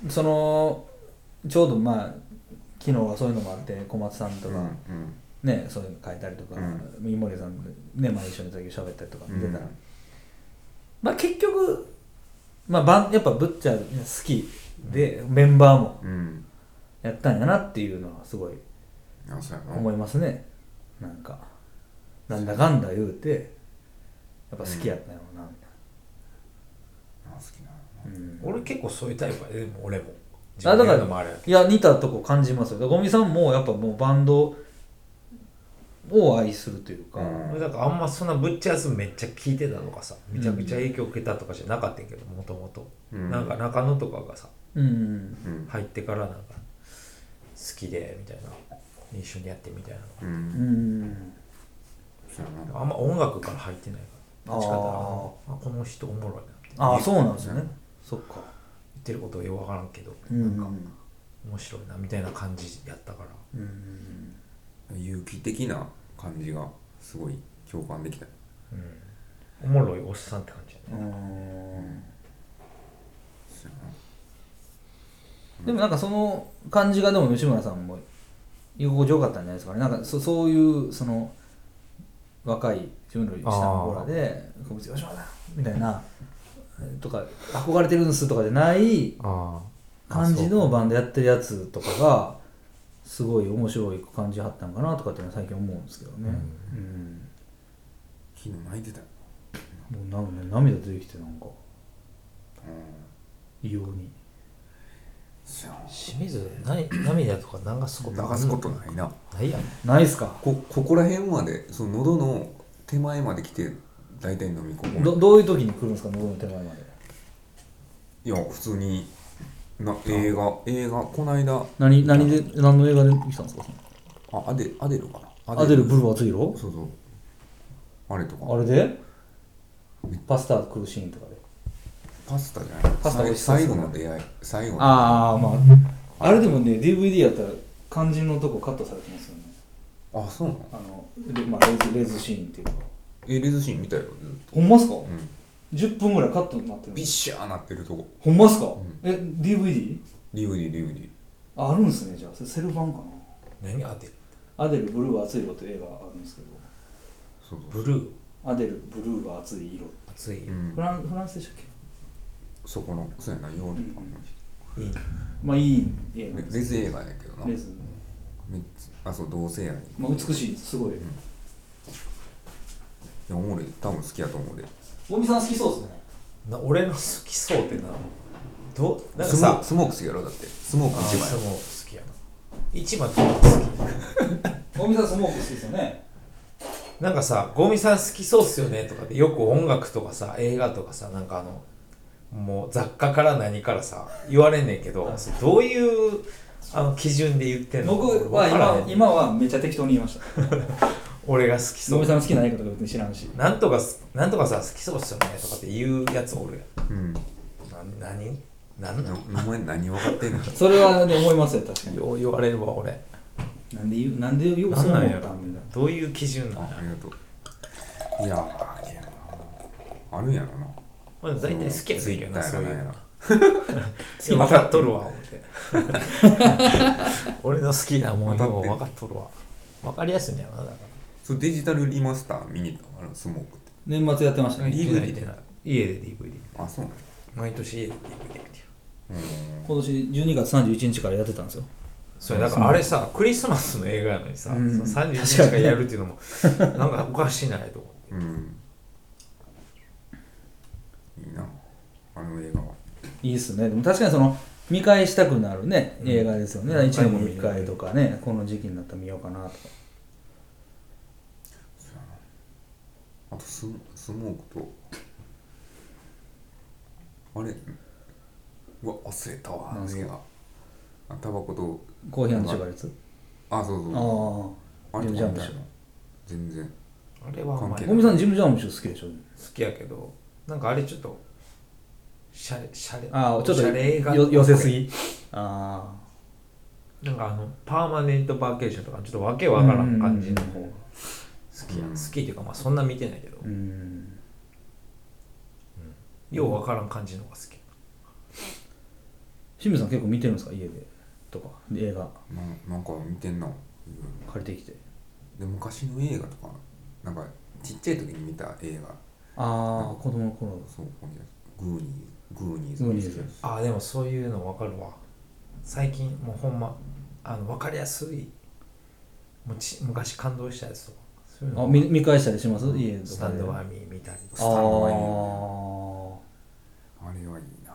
そのちょうどまあ昨日はそういうのもあって小松さんとか、
うん
ねそういうの書いたりとか、
う
井森さんね、まあ、一緒に先喋ったりとか
うん
見てたら、まあ結局まあバンやっぱブッチャー好きで、メンバーも
うん
やったんやなっていうのはすごい
あそうやな
思いますね、なんかなんだかんだ言うてやっぱ好きやったんやろうなみ
あ好きな
たいな、うん
ど俺結構そういうタイプやででも俺も
あだから
自分でもあれやけ
いや似たとこ感じますよだからゴミさんもやっぱもうバンドを愛するというか、
うん
ど俺だからあんまそんなぶっちゃすめっちゃ聞いてたとかさめちゃくちゃ影響受けたとかじゃなかったんやけどもともと
うん
なんか中野とかがさ
うん
うん
入ってからなんか好きでみたいな一緒にやってみたいな
う
うんん
そうやな
あんま音楽から入ってないからどっちかっていうとあこの人おもろいなって
ああそうなんですね、そっか
言ってることはよく分からんけど、
うん
なんか面白いなみたいな感じやったから
うん
有機的な感じがすごい共感できた
うん、おもろいおっさんって感じやね
そうや
でもなんかその感じがでも吉村さんも居心地よかったんじゃないですかねなんかそそういうその若い自分の下の子らで「小渕吉村だ!」みたいなとか「憧れてるんです」とかじゃない
あ
感じのバンドやってるやつとかがすごい面白い感じはったんかなとかっていうのは最近思うんですけどね、うん
昨日泣いてたよ
もうなんかね涙出てきてなんか
うん
異様に
そうや
清水ない涙とか流すことあんの
な流すことないな
ないやん
ないっすか
こここら辺までその喉の手前まで来て大体飲み込む
どどういう時に来るんですか喉の手前まで
いや普通にな映画映画こないだ
何何で何の映画で来たんですか
あアデアデルかな
アデルブルーアツイロ
そうそうあれとか
あれでパスタ来るシーンとかで
パスタじゃない
パスタ美味しそう
最後の出会い最後の
ああまああれでもね DVD やったら肝心のとこカットされてますよね
あそうなの
あので、まあ、レズレズシーンっていうか
えレズシーン見たよずっ
ほ
と
んまっすか、
うん
10分ぐらいカットになってるん
ビ
で
ッ
す
シャーなってるとこ
ほんまっすか、
ん
え DVD?
DVD DVD
ああるんすねじゃあそれセルファンか
何アデル
なアデルブルーは熱い色という映画あるんですけど
そうそ、
ブルー
アデルブルーは熱い色
熱いう
う
フ
ん、
ランフランスでしたっけ
そこのそうやなヨーロッパの
いい
まあいい映画
レ
です
レズ映画やけどな
レズ、
めっちゃあそう同性愛
まあ、美しいですすごい
いやおもろい多分好きやと思うで
大見さん好きそうですね
な俺の好きそうってなどうなんか
スモー
さ
クスモーク好きやろだってスモーク
一
一
番
番
も好きやな一番好
大見さんスモーク好きですよね
きなんかさ「ゴミさん好きそうっすよね」とかってよく音楽とかさ映画とかさなんかあのもう雑貨から何からさ言われんねんけどそれどういうあの基準で言ってんの
僕
俺分から
は
ん
今
ねん
今はめっちゃ適当に言いま した
俺が好き
大
そ
見さ
うん
好きな映画とか別に知らんし
なんとかすなんとかさ好きそうっすよねとかって言うやつおる
うん
やんな何何なの
お前何分かってんの
それは、ね、思いますよ確かに
よう言われるわ俺
なんで言うなんでよう
な
そ
ん
う思
な
った
ん
み
や
たいな
ろどういう基準なの
あありがとういやーいやーあるんやろな
まあ大体好きやすいけどなそういうの
な
いや分かっとるわ思って俺の好きなもんよう分かっとるわ分かりやすいんやろなだか
そうデジタルリマスター見に行ったのあのスモークって
年末やってました
ら
ね
い DVD
見てない家で DVD
あそうなの
毎年家で DVD 見てる
うー
今年12月31日からやってたんですよ
それだからあれさクリスマスの映画やのにさ、
うん
その31日からやるっていうのもなんかおかしいなと思って
んうんいいなあの映画はい
いっすねでも確かにその見返したくなるね
うん
映画ですよね、
何
一
回
年
も
に1回とかねこの時期になったら見ようかなとか
あとススモークとあれうわ忘れたわあ
なん
の
す
映画あタバコと
コーヒーの縛るやつ
あそうそう
ああ
そうあ
ジ
れ
ム・
と
ジ
か
ャー
見
ムッシュ
たよ全然
あれはお前
関係
好
大見さんジム・ジャームッシュ好きでしょ
きやけどなんかあれちょっとシャレシャレ
ああちょっ
シャレ映画
とよ寄せすぎああ
なんかあのパーマネントバケーションとかちょっとわけわからん感じの方が好きや、
うん
好きっていうかまあそんな見てないけど、
うん
ようわからん感じの方が好き
清水さん結構見てるんですか家でとか映画
ななんか見てんなうん
借りてきて
で昔の映画とかなんかちっちゃい時に見た映画
ああ子供の頃
そうこれグーニーグーニー
グーニーズ
ああでもそういうのわかるわ最近もうほんまあのわかりやすいもうち昔感動したやつとかそういう
あ
の
見見返したりします家と
スタ
か
ン
で
ド
あ
バイミー見たりと
ス
か
タンドバイミ
あ
あれはいいな、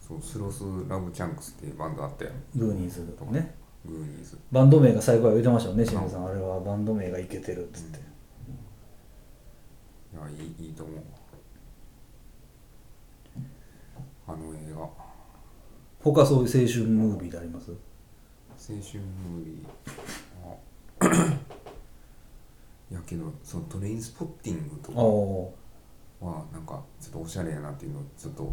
そうスロスラブチャンクスっていうバンドあったよ
グーニーズとかね
グーニーズ
バンド名が最後は言ってましたもんね清水さんあれはバンド名がいけてるっつって、
いやいいいいと思うあの映画青
他そういう青春ムービーであります
春ムービ ーあやけどそのトレインスポッティングと
ああ
かはなんかちょっとおしゃれやなっていうのをちょっと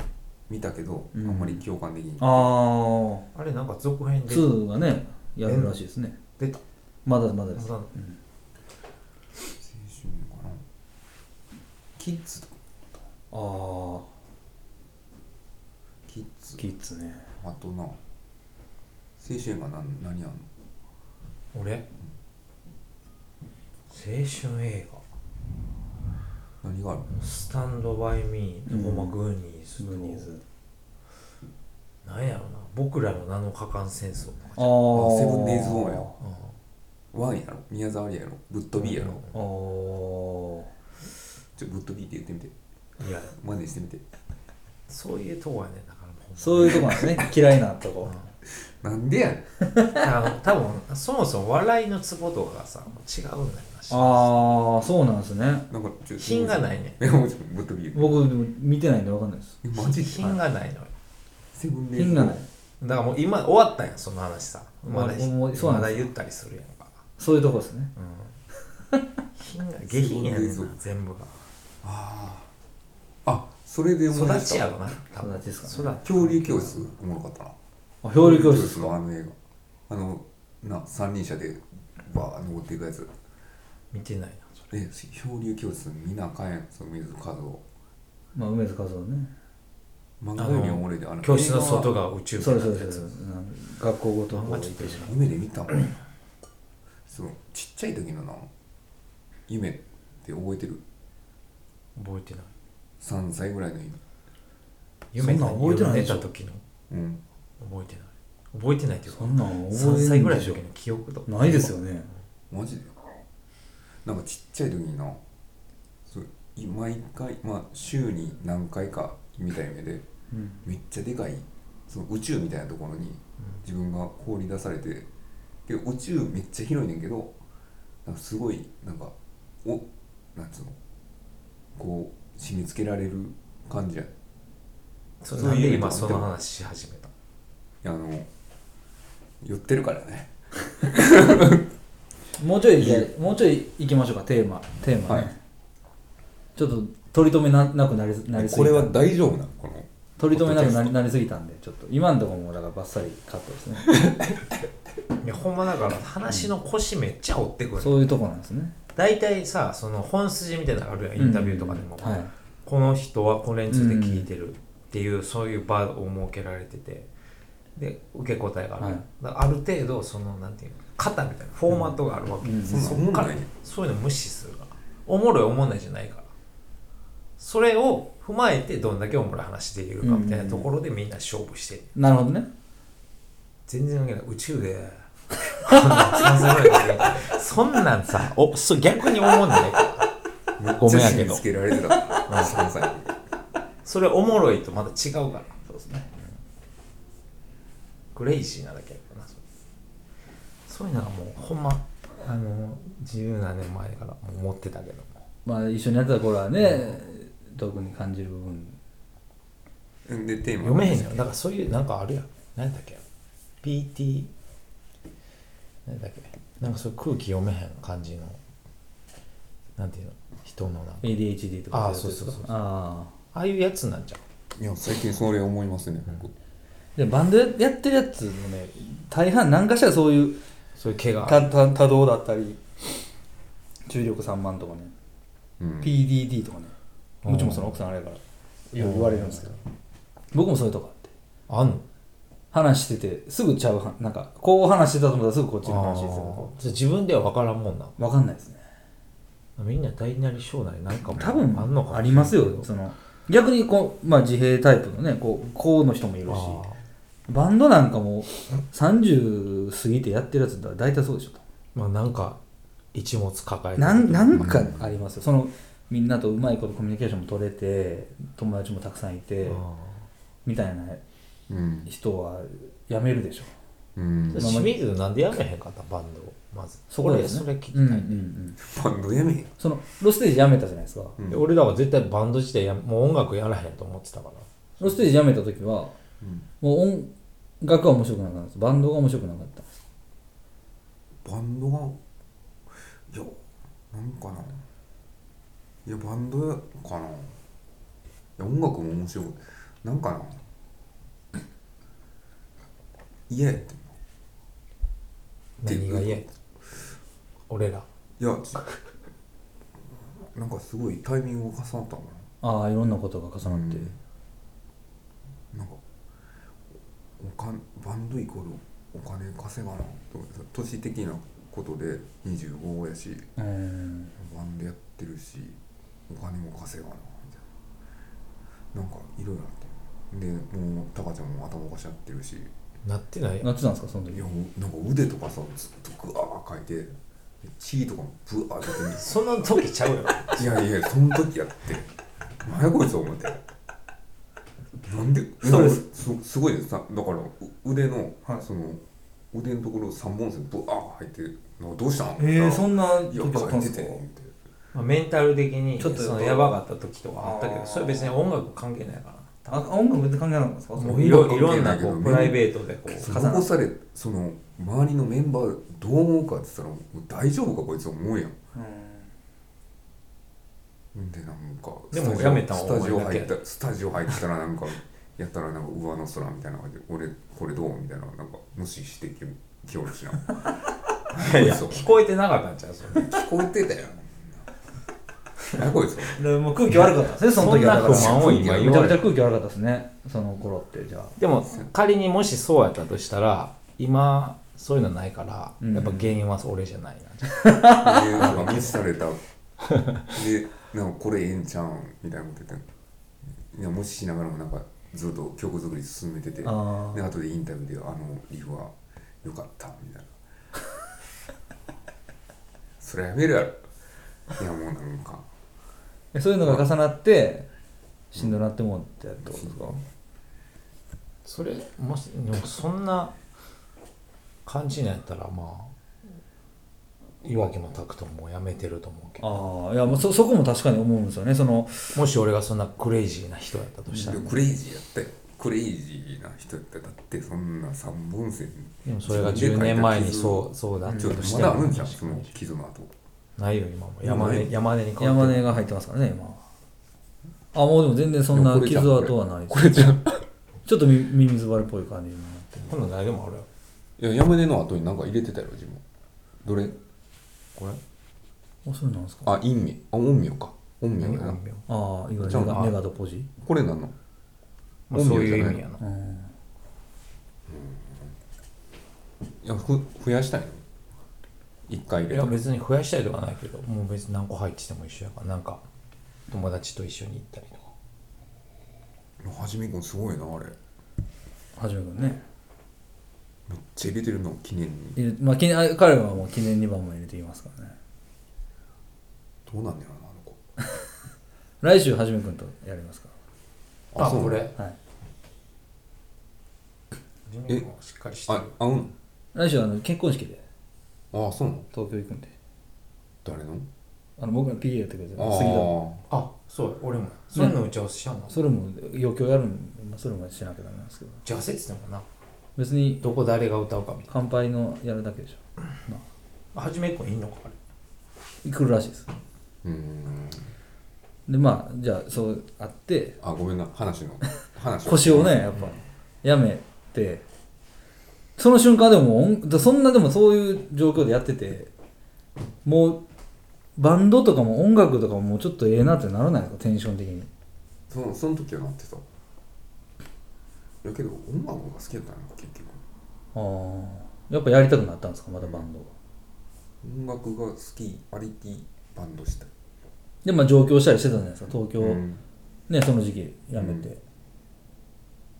見たけど、
うん
あんまり共感できん
ああ
あれなんか続編で
2がねやるらしいですね
出た
まだまだです
まだ
うん
青春かなキッズとか
ああ
キッズ
キッズね
あとな青春映画何何あんの
俺青春映
何があるの
画スタンドバイミーと
うん
ほんまグーニーズと、
グーニーズ
なんやろな僕らの7日間戦争とか
ああ
セブンデイズオーン
あ
や
うん
ワンやろ宮沢りえやろぶっ飛びやろ、
あー
ちょぶっ飛びって言ってみて
いや
マネしてみて
そういうとこやねんだからもう
そういうとこなんですね 嫌いなとこ
なんでやねん
あの多分そもそも笑いのツボとかがさもう違うんだよな
ああそうなんですね
なんかちょ
品がないね
いやもうちょっとぶっ飛び言う
僕でも見てないんでわかんないです
えマジで
品がないのよ
セブンデイズ
品がない
だからもう今終わったやんその話さまだ
もうもうそうなん
ま
で
だ
すか
言ったりするやんか、
そういうとこですね
うん、品が下品やねん
すご
ない
ぞ
全部が
あああそれで思い出
育
した
ちやろな多分
育ちですかね
育ち
恐竜教室おもろかったな
あ漂流教室
のあの映画あのな三輪車でバーッ登っていくやつ
見てないなそ
え漂流教室見なあかんやんその水数を
まあ梅津和夫ね
漫画よりも俺であの
れ教室の外
映画は
が宇宙
そう
み
で
た
す
い
そうで
なや
す
つ
うん学校ごとこう行ってしまう
夢で見たもん そのちっちゃい時のな夢って覚えてる
覚えてない
3歳ぐらいの夢
夢
そんなん覚えてないで
夢寝
しょ
た時の
うん
覚えてない覚えてないっていうか
そんなん覚
3
え
歳
ん
ぐらい
でし
の
ょ
時の記憶と
ないですよね
マジでなんかちっちゃい時になそうい毎回まあ週に何回か見た夢で
うん
めっちゃでかいその宇宙みたいなところに自分が放り出されてけど宇宙めっちゃ広いねんけどなんかすごいなんかおなんつうのこう締め付けられる感じやん
そ
そう
う
いう
いう今
夢
その話し始めた
あの寄ってるからね
もうちょいいけもうちょい行きましょうかテーマテーマね、
はい
ちょっと取り留めななくなりなりすぎた
これは大丈夫なのこの
取り留めなくなりなりすぎたんでちょっと今のところもだからバッサリカットですね
いやほんまだから話の腰めっちゃ折ってくる
そういうとこなんですね
大体さその本筋みたいなのあるやんインタビューとかでも、
うんはい
この人はこれについて聞いてるっていう、そういう場を設けられててで受け答えがある、
はい
だからある程度そのなんていうの型みたいなフォーマットがあるわけ、
うんうん
そんなん
そっ
思ん
か
な
ら
いねん
そういうの無視するからおもろいおもんないじゃないからそれを踏まえてどんだけおもろい話できるかみたいなところでみんな勝負してる、
なるほどね
全然関係ない宇宙で そんなんさすがにそんなんさおそう逆に思んないから
めっ
ご
ち
めん
ゃ
や
締
け
め
ど
付けられてた3歳の時
それおもろいとまた違うから
そうですね
クレイジーなだけやからなそれそういうのはもうほんまあの自由な年前からもう思ってたけども
まあ一緒にやってた頃はね特に感じる部分
うんでテーマ
読めへんのよだからそういうなんかあるやん何だっけ PT 何だっけなんかそういう空気読めへん感じのなんていうの人のなんか
ADHD とかいやつ
あそう
です
そう
か
そうそう
ああ
ああいうやつなんじゃん
いや最近それ思いますね僕
でバンドやってるやつもね大半何かしらそういう
そういう毛が
たた多動だったり重力3万とかね、
うん、
PDD とかね
うん
うちもその奥さんあれやからよく言われるんですけど僕もそういうとこあって
あんの
話しててすぐちゃうはなんかこう話してたと思ったらすぐこっちの話する
あーじゃあ自分では分からんもんな
分かんないですね
みんな大なり小なりなんかも
多分
あんのか
ありますよその逆にこう、まあ、自閉タイプのねこうこうの人もいるし
あー
バンドなんかも30過ぎてやってるやつだ大体そうでしょ
まあなんか一物抱えて
なんなんかありますよそのみんなとうまいことコミュニケーションも取れて友達もたくさんいて
あ
みたいな
うん
人は辞めるでしょ
うん
ー清水なんでやめへんかったバンドをまず
そこですね
俺それ聞きた
うん
い、
うんうん
バンドやめへん
そのロステージ辞めたじゃないですか
うん
で俺らは絶対バンド自体やもう音楽やらへんと思ってたから
ロステージ辞めた時は
うん
もう音楽は面白くなかったんですバンドが面白くなかったんです
バンドがいやなんかないやバンドやかないや音楽も面白いなんかな 嫌やってで
何が嫌や俺ら
いやちなんかすごいタイミングが重なったのか
ああいろんなことが重なって、
うんななんかおかんバンドイコールお金稼がなと思って年的なことで25やし
うん
バンドやってるしお金も稼がなみたいななんかいろいろあってでもうタカちゃんも頭おかしなってるしい
なってないやん
なってたんですかその時
やもうなんか腕とかさずっとグワーかいて血とかもブワー出てる
その時ちゃうよ
いやいやその時やって何やこいつ思ってなんで
ストレス
なんかすすごいですさだからう腕の、
はい
その腕のところ3本線ブワー入ってなんかどうしたん
ええー、そ
なん
ない時
や
があった
書
ん
い
で
て
すか
てみたいな
まあメンタル的 に
ちょっと
そのやばかった時とかあったけどそれ別に音楽関係ないから
あ音楽って関係なかったんですかその
も
時
うい
ろ
ろいろんなこうプライベートでこ う
重なる
残されその周りのメンバーどう思うかって言ったらもう大丈夫かこいつ思うやんでなんか
で
スタ
も
ジオ
やめたん
スタジオ
お前だけ
入ったスタジオ入ったらなんかやったらなんか上の空みたいな感じで俺これどうみたいななんか無視してき気おろしな
いやいや
そう
聞こえてなかったんちゃうそれ
聞こえてたよ何こいつ
でもう空気悪かったですねその時はだから
そんな不満を
め
今言
ちゃ
わ
め
れ
ち
た
ゃ空気悪かったですねその頃ってじゃあ
でも仮にもしそうやったとしたら今そういうのないから、
うん
やっぱ原因は俺じゃないな
でなんか無視されたでなんかこれええんちゃうんみたいなこと言っていや無視しながらもなんかずっと曲作り進めててで
あー
後でインタビューで「あのリフは良かった」み たいなそれやめるやろいやもうなんか
えそういうのが重なってしんどなってもうってやったことですか
それもしでもそんな感じになったらまあ岩城も拓人もやめてると思うけど
ああいやもうそそこも確かに思うんですよねその
もし俺がそんなクレイジーな人やったとしたら、
でクレイジーやったよクレイジーな人やったよだってそんな三本線
でもそれが10年前にそうそうだった
ちょっと
とし
ま
て
だあ
も
るんじゃんその傷の後
ないよ今も山根山根に変わ
山
って
根
る
が入ってますからね今あもうでも全然そんな傷跡はないです
れじゃん
ちょっとみ耳ずばれっぽい感じになって
今度誰でもあるよ
いや山根の後に何か入れてたよ自分どれ
これ
あそうなんですかあ
あ、陰名。あ、陰名か。陰名
何
やな。
本名
あー意
じゃ
外
あ
にネガ
あ
ネガとポジ
これなんの
まあそういう意味やな
うん
いや、ふ増やしたいの一回入
い
れ
や
た
別に増やしたりとかないけどもう別に何個入ってても一緒やからなんか友達と一緒に行ったりとか
はじめくんすごいな、あれ。
はじめくんね
めっちゃ入れてるの、記念に。
入れまあ、記念あ彼はもう記念2番も入れていますからね
どうなんだろうな、あの子。
来週はじめくんとやりますか
あそう
らはい
えしっかりして
あ
る、
あうん。
来週はあの結婚式で
あ、そうなの
東京行くんで
誰の
あの僕が PA やってくれてる杉田
あ
あそうや俺もそれの打ち合わせしちゃうの
それも余興やるんそれもしなきゃダメなんですけど
打ち合わせっつってもな
別に
どこ誰が歌うかみたい
乾杯のやるだけでしょな
なはじめっこいいのかあれ
来るらしいです
ー。うーん。
でまあじゃあそうあって
あ、ごめんな、話の。話
腰をね。やっぱやめてその瞬間でも音そんなでもそういう状況でやっててもうバンドとかも音楽とかももうちょっとええなってならないのテンション的に
そのその時はなってた。いやけど、音楽が好きだったの、結局。
ああやっぱやりたくなったんですかまたバンドが
音楽が好き、アリティバンドしたい。
でまあ上京したりしてたじゃないですか東京、
うん
ねその時期やめて、
うんで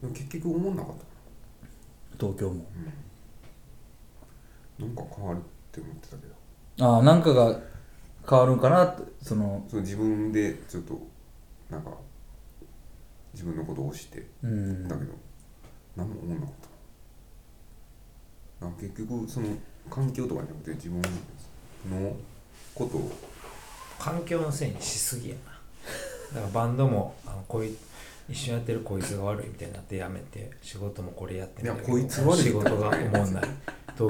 も結局思んなかった。
東京も
なんか変わるって思ってたけど
ああなんかが変わるんかなってその
その自分でちょっとなんか自分のことを押して
うん
だけど、何も思んなかったなんか結局その環境とかじゃなくて自分のことを
環境のせいにしすぎやなだからバンドもあのこい一緒にやってるこいつが悪いみたいになってやめて仕事もこれやってみたけど
いやこいつ悪い
仕事が思んない東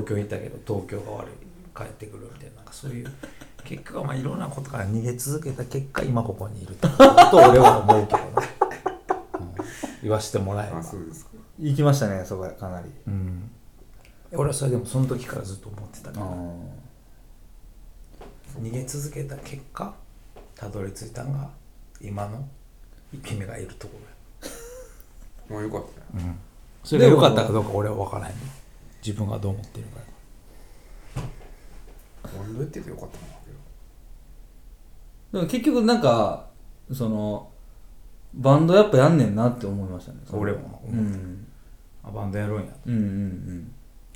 京行ったけど東京が悪い帰ってくるみたいななんかそういう結果はまあいろんなことから逃げ続けた結果今ここにいるってことを俺は思うけどな、うん言わせてもらえば
あそうですか
行きましたねそこはかなり
うん俺はそれでもその時からずっと思ってた
あ
から
あ
逃げ続けた結果たどり着いたのが今の君がいるところや
まあよかったね
それが良かったかどうか俺は分からへん自分がどう思ってるか
俺どうやっててよかったんだけど
でも結局なんかそのバンドやっぱやんねんなって思いましたねその
俺も
うん、うん
あバンドやるんや
うんうん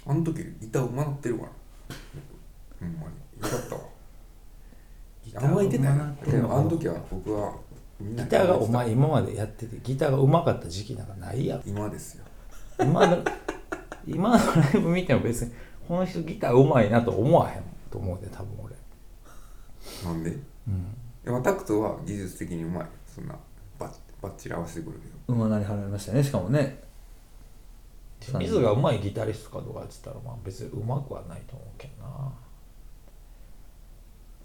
あの時板埋まってるからほんまによかったわ甘えてたよなでもあの時は僕はみん
ギ
なに
ターがお前今までやっててギターがうまかった時期なんかないやろ
今ですよ
今の今のライブ見ても別にこの人ギターうまいなと思わへんと思うで多分俺
なんで
うん
でもタクトは技術的にうまいそんなバッバッチリ合わせてくるけど
馬なり払いましたねしかもね
清水がうまいギタリストかどうかって言ったらまあ別にうまくはないと思うけどな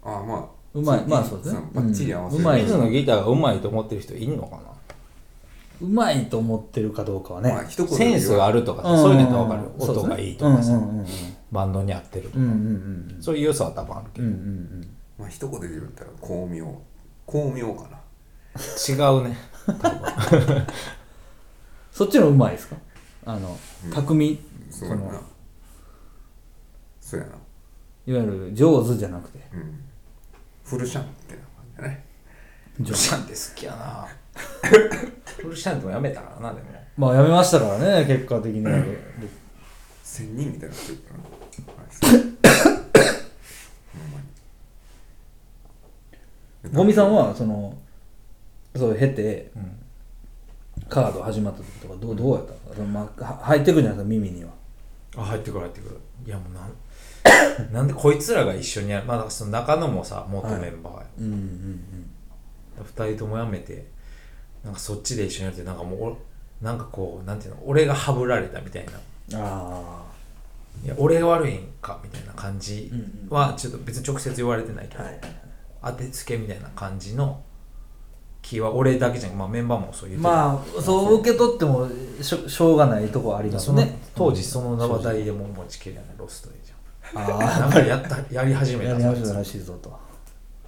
ああまあ
うまい
の
まあそうですね
のバッチリ合わせ
うんうまい
水のギターがうまいと思ってる人いんのかな
うまいと思ってるかどうかはね、
まあ一言で言う
センスがあるとか
うん
さそういうのやったら分かる
そうです
音
ね
がいいとか
う
さ
んうんうんうん
バンドに合ってるとか、
うんうんうん
そういう要素は多分あるけ
うんう
ど、
んうん
まあ一言で言ったら巧妙巧妙かな
違うね
そっちのうまいですかあの
うん
匠、
そう
そ
やな
のいわ
そうやな
ゆる上手じゃなくて
うんフルシャンってな感じだね
フルシャンって好きやなフルシャンってもやめたからなでも
まあやめましたからね結果的に
千人みたいになってるからなあれほんまに
ゴミさんはそのそう経て
うん
カード始まった時とかどうどうやったのその、まあ、は入ってくるじゃないですか耳には
あ入ってくる入ってくるいやもうなんなん でこいつらが一緒にやるまあだからその中野もさ元メンバーや、
うんうんうん
二人ともやめてなんかそっちで一緒にやるってなんかもうおなんかこうなんていうの俺がハブられたみたいな
ああ
いや俺が悪いんかみたいな感じ
ん
はちょっと別に直接言われてないけど、
はい
当てつけみたいな感じの気は俺だけじゃなく、まあ、メンバーもそう言ってる
まあそう受け取ってもしょしょうがないとこあります
その
ね
当時その名話題でも持ちきれないロストでじゃん
あ
なんかやったやり始
あ
め
や
た
り
ぞ
直したらしいぞと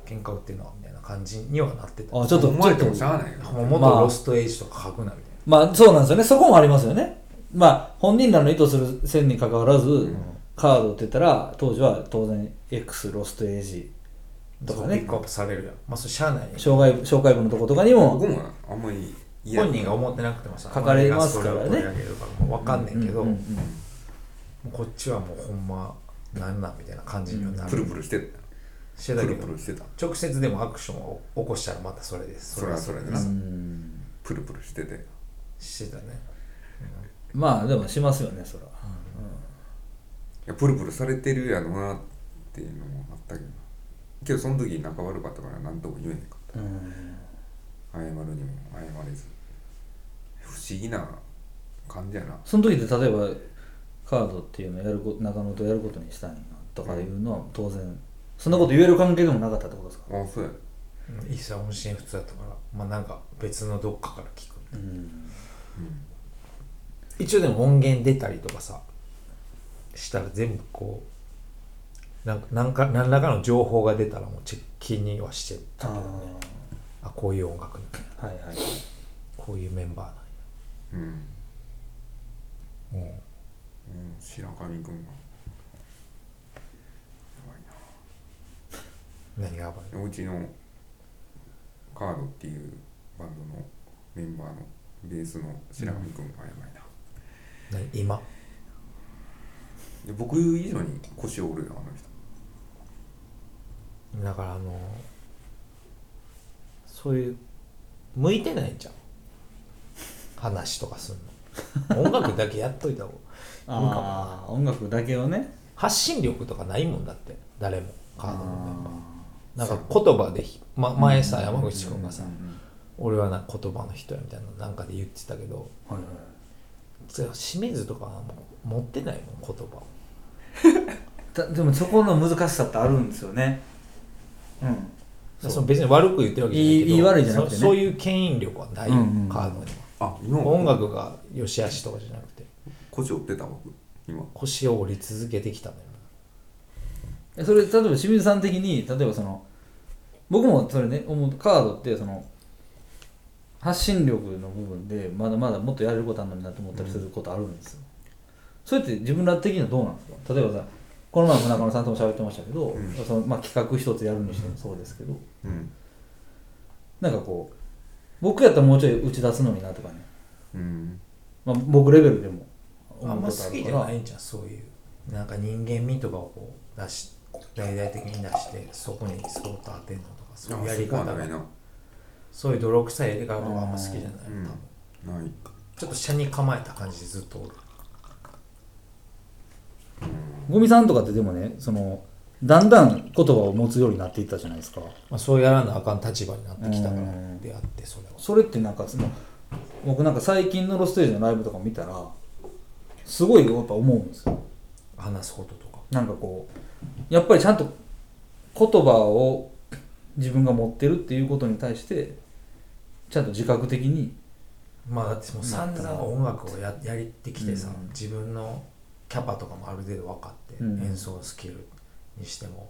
喧嘩売ってんのみたいな感じにはなってた
あちょっと
思われて
ちょ
も
っ
し
と
ゃあないよ
もう元ロストエイジとか書くなみたいな
まあそうなんですよねそこもありますよねまあ本人らの意図する線に関わらず、カードって言ったら当時は当然 X ロストエイジとか
そうピ
ね
ックアップされるやんまあそれしゃあないやん
障害紹介文のとことかにも
僕もあんまり嫌
本人が思ってなくてもさ
書かれますからね
俺がそれを取り上げるからもう分かんねんけど、
う
も
ん
うこっちはもうほんまなんなんみたいな感じにはなる、
プルプルしてた
してた
プ
け
ル
ど
プルしてた
直接でもアクションを起こしたらまたそれです
それはそれで
で
な
す
プルプルしてて
してたね
まあでもしますよねそれはい
やプルプルされてるやろなっていうのもあったけどなけどその時仲悪かったから何とも言えへんかった
うん
謝るにも謝れず不思議な感じやな
その時で例えばカードっていうのをやるこ中野とやることにしたいなとかいうのは当然そんなこと言える関係でもなかったってことですか
あそうや
うん一切音信不通だったからまあなんか別のどっかから聞く
うん
一応でも音源出たりとかさしたら全部こうなんかなんか何らかの情報が出たらもうチェッキにはして
あ
たけどねあこういう音楽なんや
あはいはい
こういうメンバーなんや
うん、
うん
うん、白神君がやばいな
何がやばいの
うちのカードっていうバンドのメンバーのベースの白上君がやばいな、
何今
で僕以上に腰折るよあの人
だからあのそういう向いてないんじゃん話とかすんの音楽だけやっといた方が
ああ音楽だけをね
発信力とかないもんだって誰もカードのメンバーなんか
そ
言葉でひ、ま、前さ山口君がさ、
うんうん
俺はな言葉の人やみたいななんかで言ってたけど
はいはい
つ清水とかはもう持ってないもん言葉を
だでもそこの難しさってあるんですよねうん
その別に悪く言ってるわけじゃないけ
い
ど
いいい悪いじゃなくてね
そそういう牽引力はない、
うんうん
カードに
あ今
は音楽が良し悪しとかじゃなくて
腰折ってた僕今
腰を折り続けてきたのよ
えそれ例えば清水さん的に例えばその僕もそれね思うカードってその発信力の部分でまだまだもっとやれることあるのになと思ったりすることあるんですよ、それって自分ら的にはどうなんですか例えばさこの前も中野さんとも喋ってましたけど、
うん
そのまあ、企画一つやるにしてもそうですけど、
うん
なんかこう僕やったらもうちょい打ち出すのになとかね、
うん
まあ、僕レベルでも
あんま
こ
好きじゃないんじゃんそういうなんか人間味とかをこう出し大々的に出してそこにスポット当てんのとかそういうやり方
あそこはな
が
いな
そういう泥臭いやり方とかあんま好きじゃない、
うん
多分
ない
ちょっと車に構えた感じでずっとおる
ゴミさんとかってでもねそのだんだん言葉を持つようになっていったじゃないですか
まあ、そうやらなあかん立場になってきたから
うん
であってそれは
それってなんかその僕なんか最近のロステージのライブとか見たらすごいやっぱ思うんですよ
話すこととか
なんかこうやっぱりちゃんと言葉を自分が持ってるっていうことに対してちゃんと自覚的に
まあだってもう散々音楽をややりってきてさ、
うん
自分のキャパとかもある程度分かって、
うん
演奏スキルにしても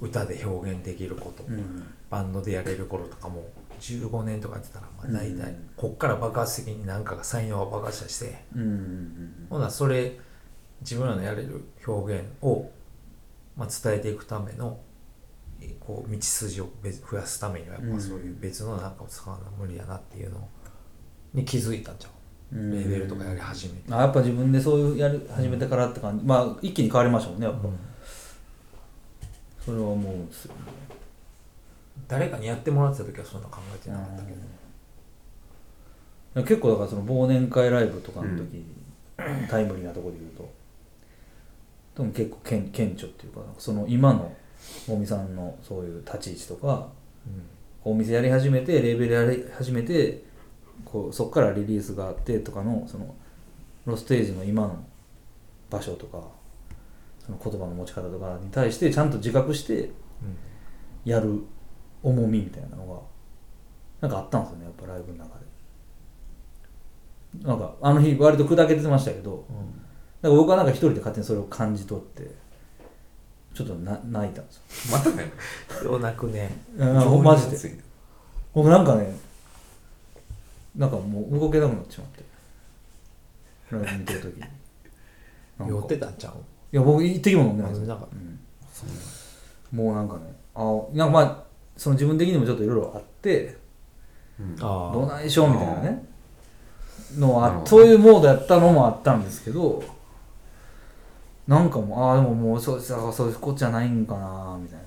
歌で表現できること、
うん
バンドでやれる頃とかも15年とかやってたらまあ大体、
うん
こっから爆発的に何かが才能を爆発して
うんうん
ほなそれ自分らのやれる表現を、まあ、伝えていくためのえこう道筋を別増やすためにはやっぱそういう別の何かを使うのは無理やなっていうのに気づいたんちゃ
う
うんレーベルとかやり始めて。
あやっぱ自分でそういうやる始めてからって感じまあ一気に変わりましたもんねやっぱ、
うん
それは思うんですよ
誰かにやってもらってた時はそんな考えてなかったけど、
うん結構だからその忘年会ライブとかの時に、タイムリーなところで言うとでも結構顕顕著っていうかなんかその今のもみさんのそういう立ち位置とかお店やり始めてレーベルやり始めてこうそっからリリースがあってとかのそのロステージの今の場所とかその言葉の持ち方とかに対してちゃんと自覚して
うん
やる重みみたいなのがなんかあったんですよねやっぱライブの中でなんかあの日割と砕けてましたけどなんか僕はなんか一人で勝手にそれを感じ取ってちょっとな泣いたんですよ
またね
ようなくね
うん あのマジで
情熱い
僕なんかねなんかもう動けなくなっちまってライブに出る時になんか
酔ってたんちゃう
いや僕一滴も飲んでないんです
なん
よ
か、
うんもうなんかねあなんかまあその自分的にもちょっといろいろあって
うん
あ
どないしょうみたいなねの
なる
あ
ほど
そういうモードやったのもあったんですけどなんかもうああでももうそうそうそういうこっちじゃないんかなみたい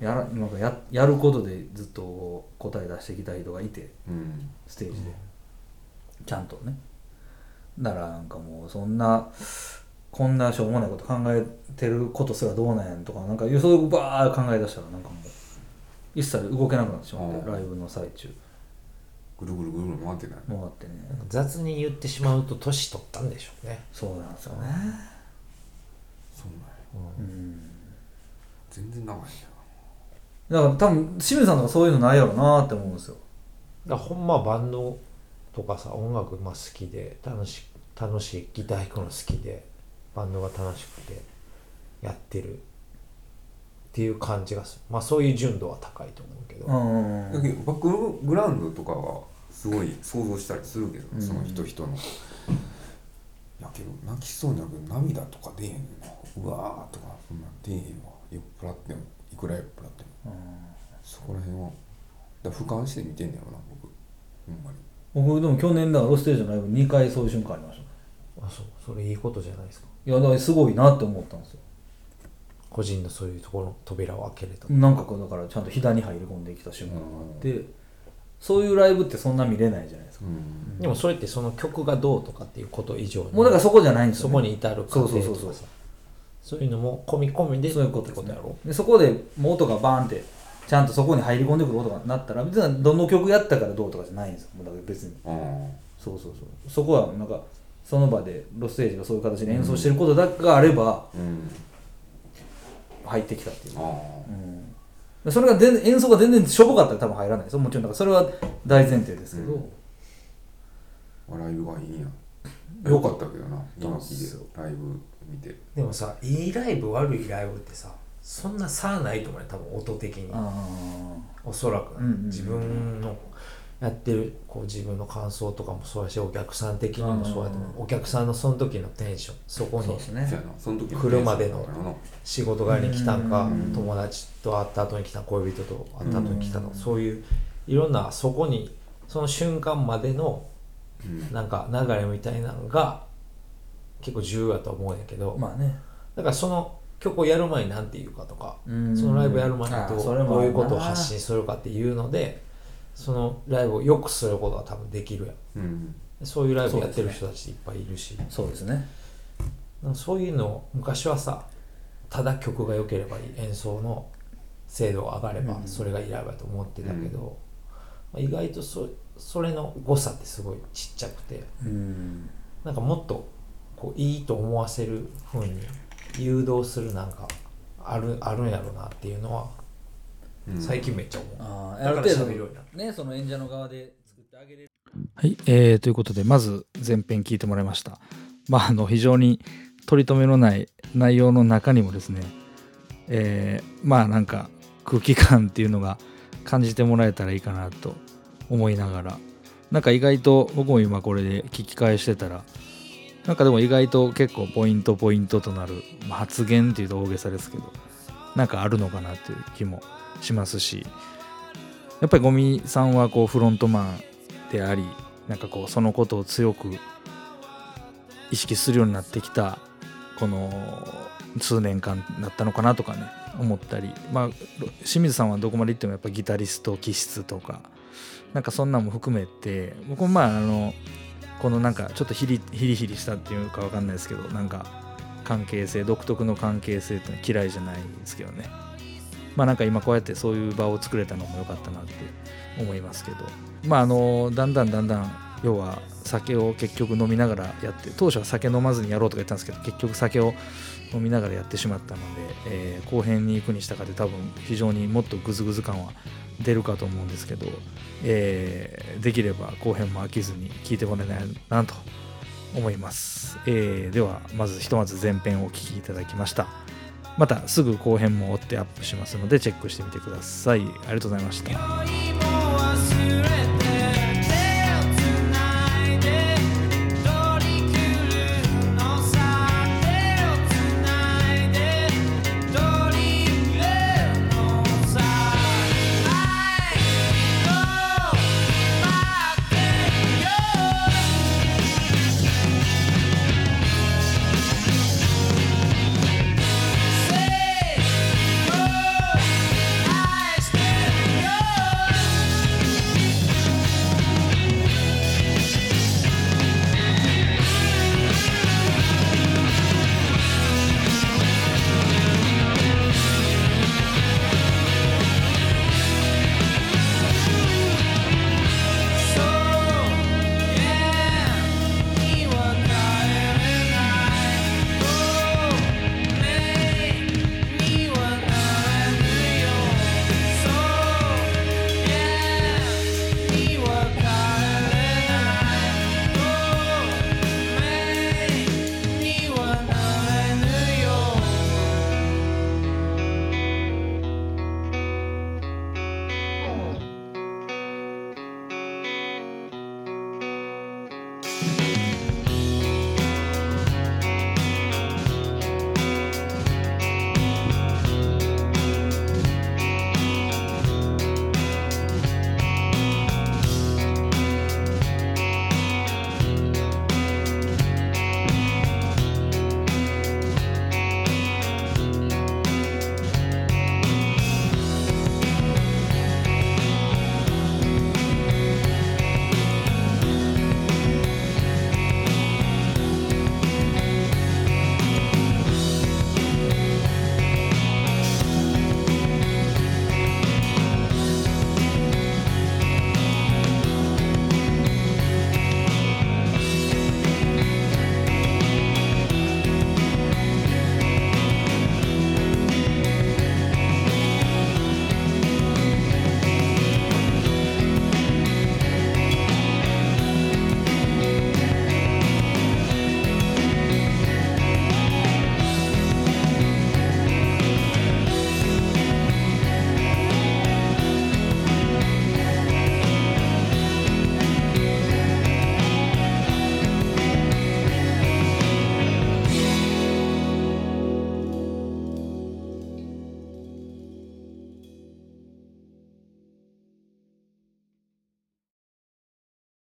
なやらなんかややることでずっとこう答え出してきた人がいて
うん
ステージで、ちゃんとねだからなんかもうそんなこんなしょうもないこと考えてることすらどうなんやんとかなんかそういうバーッ考え出したらなんかもう一切動けなくなってしまっ
う
て
ん
ライブの最中
ぐるぐるぐるぐる回ってない
もうあってね
雑に言ってしまうと年取ったんでしょうね、
そうなんですよね
そうなんや
うん
全然長いんだ
だから多分清水さんとかそういうのないやろうなって思うんですよ
だからほんまバンドとかさ音楽まあ好きで楽し楽しいギター弾くの好きでバンドが楽しくてやってるっていう感じがするまあそういう純度は高いと思うけど、
うん
だけどバックグラウンドとかはすごい想像したりするけど、
うん
その人人の。やけど泣きそうになるけど涙とか出えへんなうわーとかそんなん出えへんわ酔っ払ってもいくら酔っ払ってもそこら辺はだから俯瞰して見てんねやろな僕ほんまに
僕でも去年だからロステージのライブ2回そういう瞬間ありました
あそうそれいいことじゃないですか
いやだからすごいなって思ったんですよ
個人のそういうところの扉を開けれた、
なんかこうだからちゃんとひだに入り込んできた瞬間があって、そういうライブってそんな見れないじゃないですか、
うん
でもそれってその曲がどうとかっていうこと以上に
もうだからそこじゃないんですよ、
そ
ね、
こに至る過程と
そ
かさそう
そうそうそう
いうのも込み込みで
そういうこと
っ
で
てこ
す
と
ね
やろ
でそこでもう音がバーンってちゃんとそこに入り込んでくる音がなったら別にどの曲やったからどうとかじゃないんですよもうだから別に
あー
そうそうそうそこはなんかその場でロステージがそういう形で演奏してることだけがあれば
うん
入ってきたっていう
あ、ー
うん、それが全然演奏が全然しょぼかったら多分入らないですよもちろんだからそれは大前提ですけど、
うんライブがいいやんよかったけどな今聞いてライブ見て
でもさいいライブ悪いライブってさそんな差ないと思うね多分音的に
あ
おそらく、
うんうんうん
自分のやってるこう自分の感想とかもそうやしお客さん的にもそうや
う
と思う
んうんう
お客さんのその時のテンションそこ
あそう
に
です
そう
ね
やなその時
来るまでの
テンションだからな
仕事帰りに来たんか、
うん
うんうん
友達と会った後に来たん恋人と会った後に来たの、
うん
そういういろんなそこにその瞬間までのなんか流れみたいなのが結構重要だと思うんやけど、
まあね
だからその曲をやる前に何て言うかとか、
うん
そのライブやる前に
あ
ど
それ
う
も
ど
あ
う
る
い
な
うことを発信するかっていうのでそのライブを良くすることが多分できるやん
うんうん
そういうライブやってる人たちいっぱいいるし
そうですね
なんかそういうのを昔はさただ曲が良ければいい演奏の精度が上がれば
うん
それがいいライブだと思ってたけど、まあ意外とそそれの誤差ってすごいちっちゃくて
うん
なんかもっとこういいと思わせる風に誘導するなんかあるあるんやろうなっていうのは
うん
最近めっちゃ思う、
あ
だから喋るようになっ
ねその演者の側で作ってあげれる
はい、えーということでまず前編聞いてもらいました。
まあ、あの非常に取り留めのない内容の中にもですね、えーまあなんか空気感っていうのが感じてもらえたらいいかなと思いながらなんか意外と僕も今これで聞き返してたらなんかでも意外と結構ポイントポイントとなる、まあ発言っていうと大げさですけどなんかあるのかなっていう気もしますしやっぱりゴミさんはこうフロントマンでありなんかこうそのことを強く意識するようになってきたこの数年間だったのかなとかね思ったり、まあ、ろ清水さんはどこまで行ってもやっぱギタリスト気質とかなんかそんなんも含めて僕もまああのこのなんかちょっとヒリヒリヒリしたっていうかわかんないですけどなんか関係性独特の関係性っていうのは嫌いじゃないんですけどねまあなんか今こうやってそういう場を作れたのも良かったなって思いますけどまああのだんだんだんだん要は酒を結局飲みながらやって当初は酒飲まずにやろうとか言ったんですけど結局酒を飲みながらやってしまったので、えー後編に行くにしたかって多分非常にもっとグズグズ感は出るかと思うんですけど、えーできれば後編も飽きずに聞いてもらえないなと思います、えーではまずひとまず前編をお聞きいただきましたまたすぐ後編も追ってアップしますのでチェックしてみてくださいありがとうございました
よりも忘れ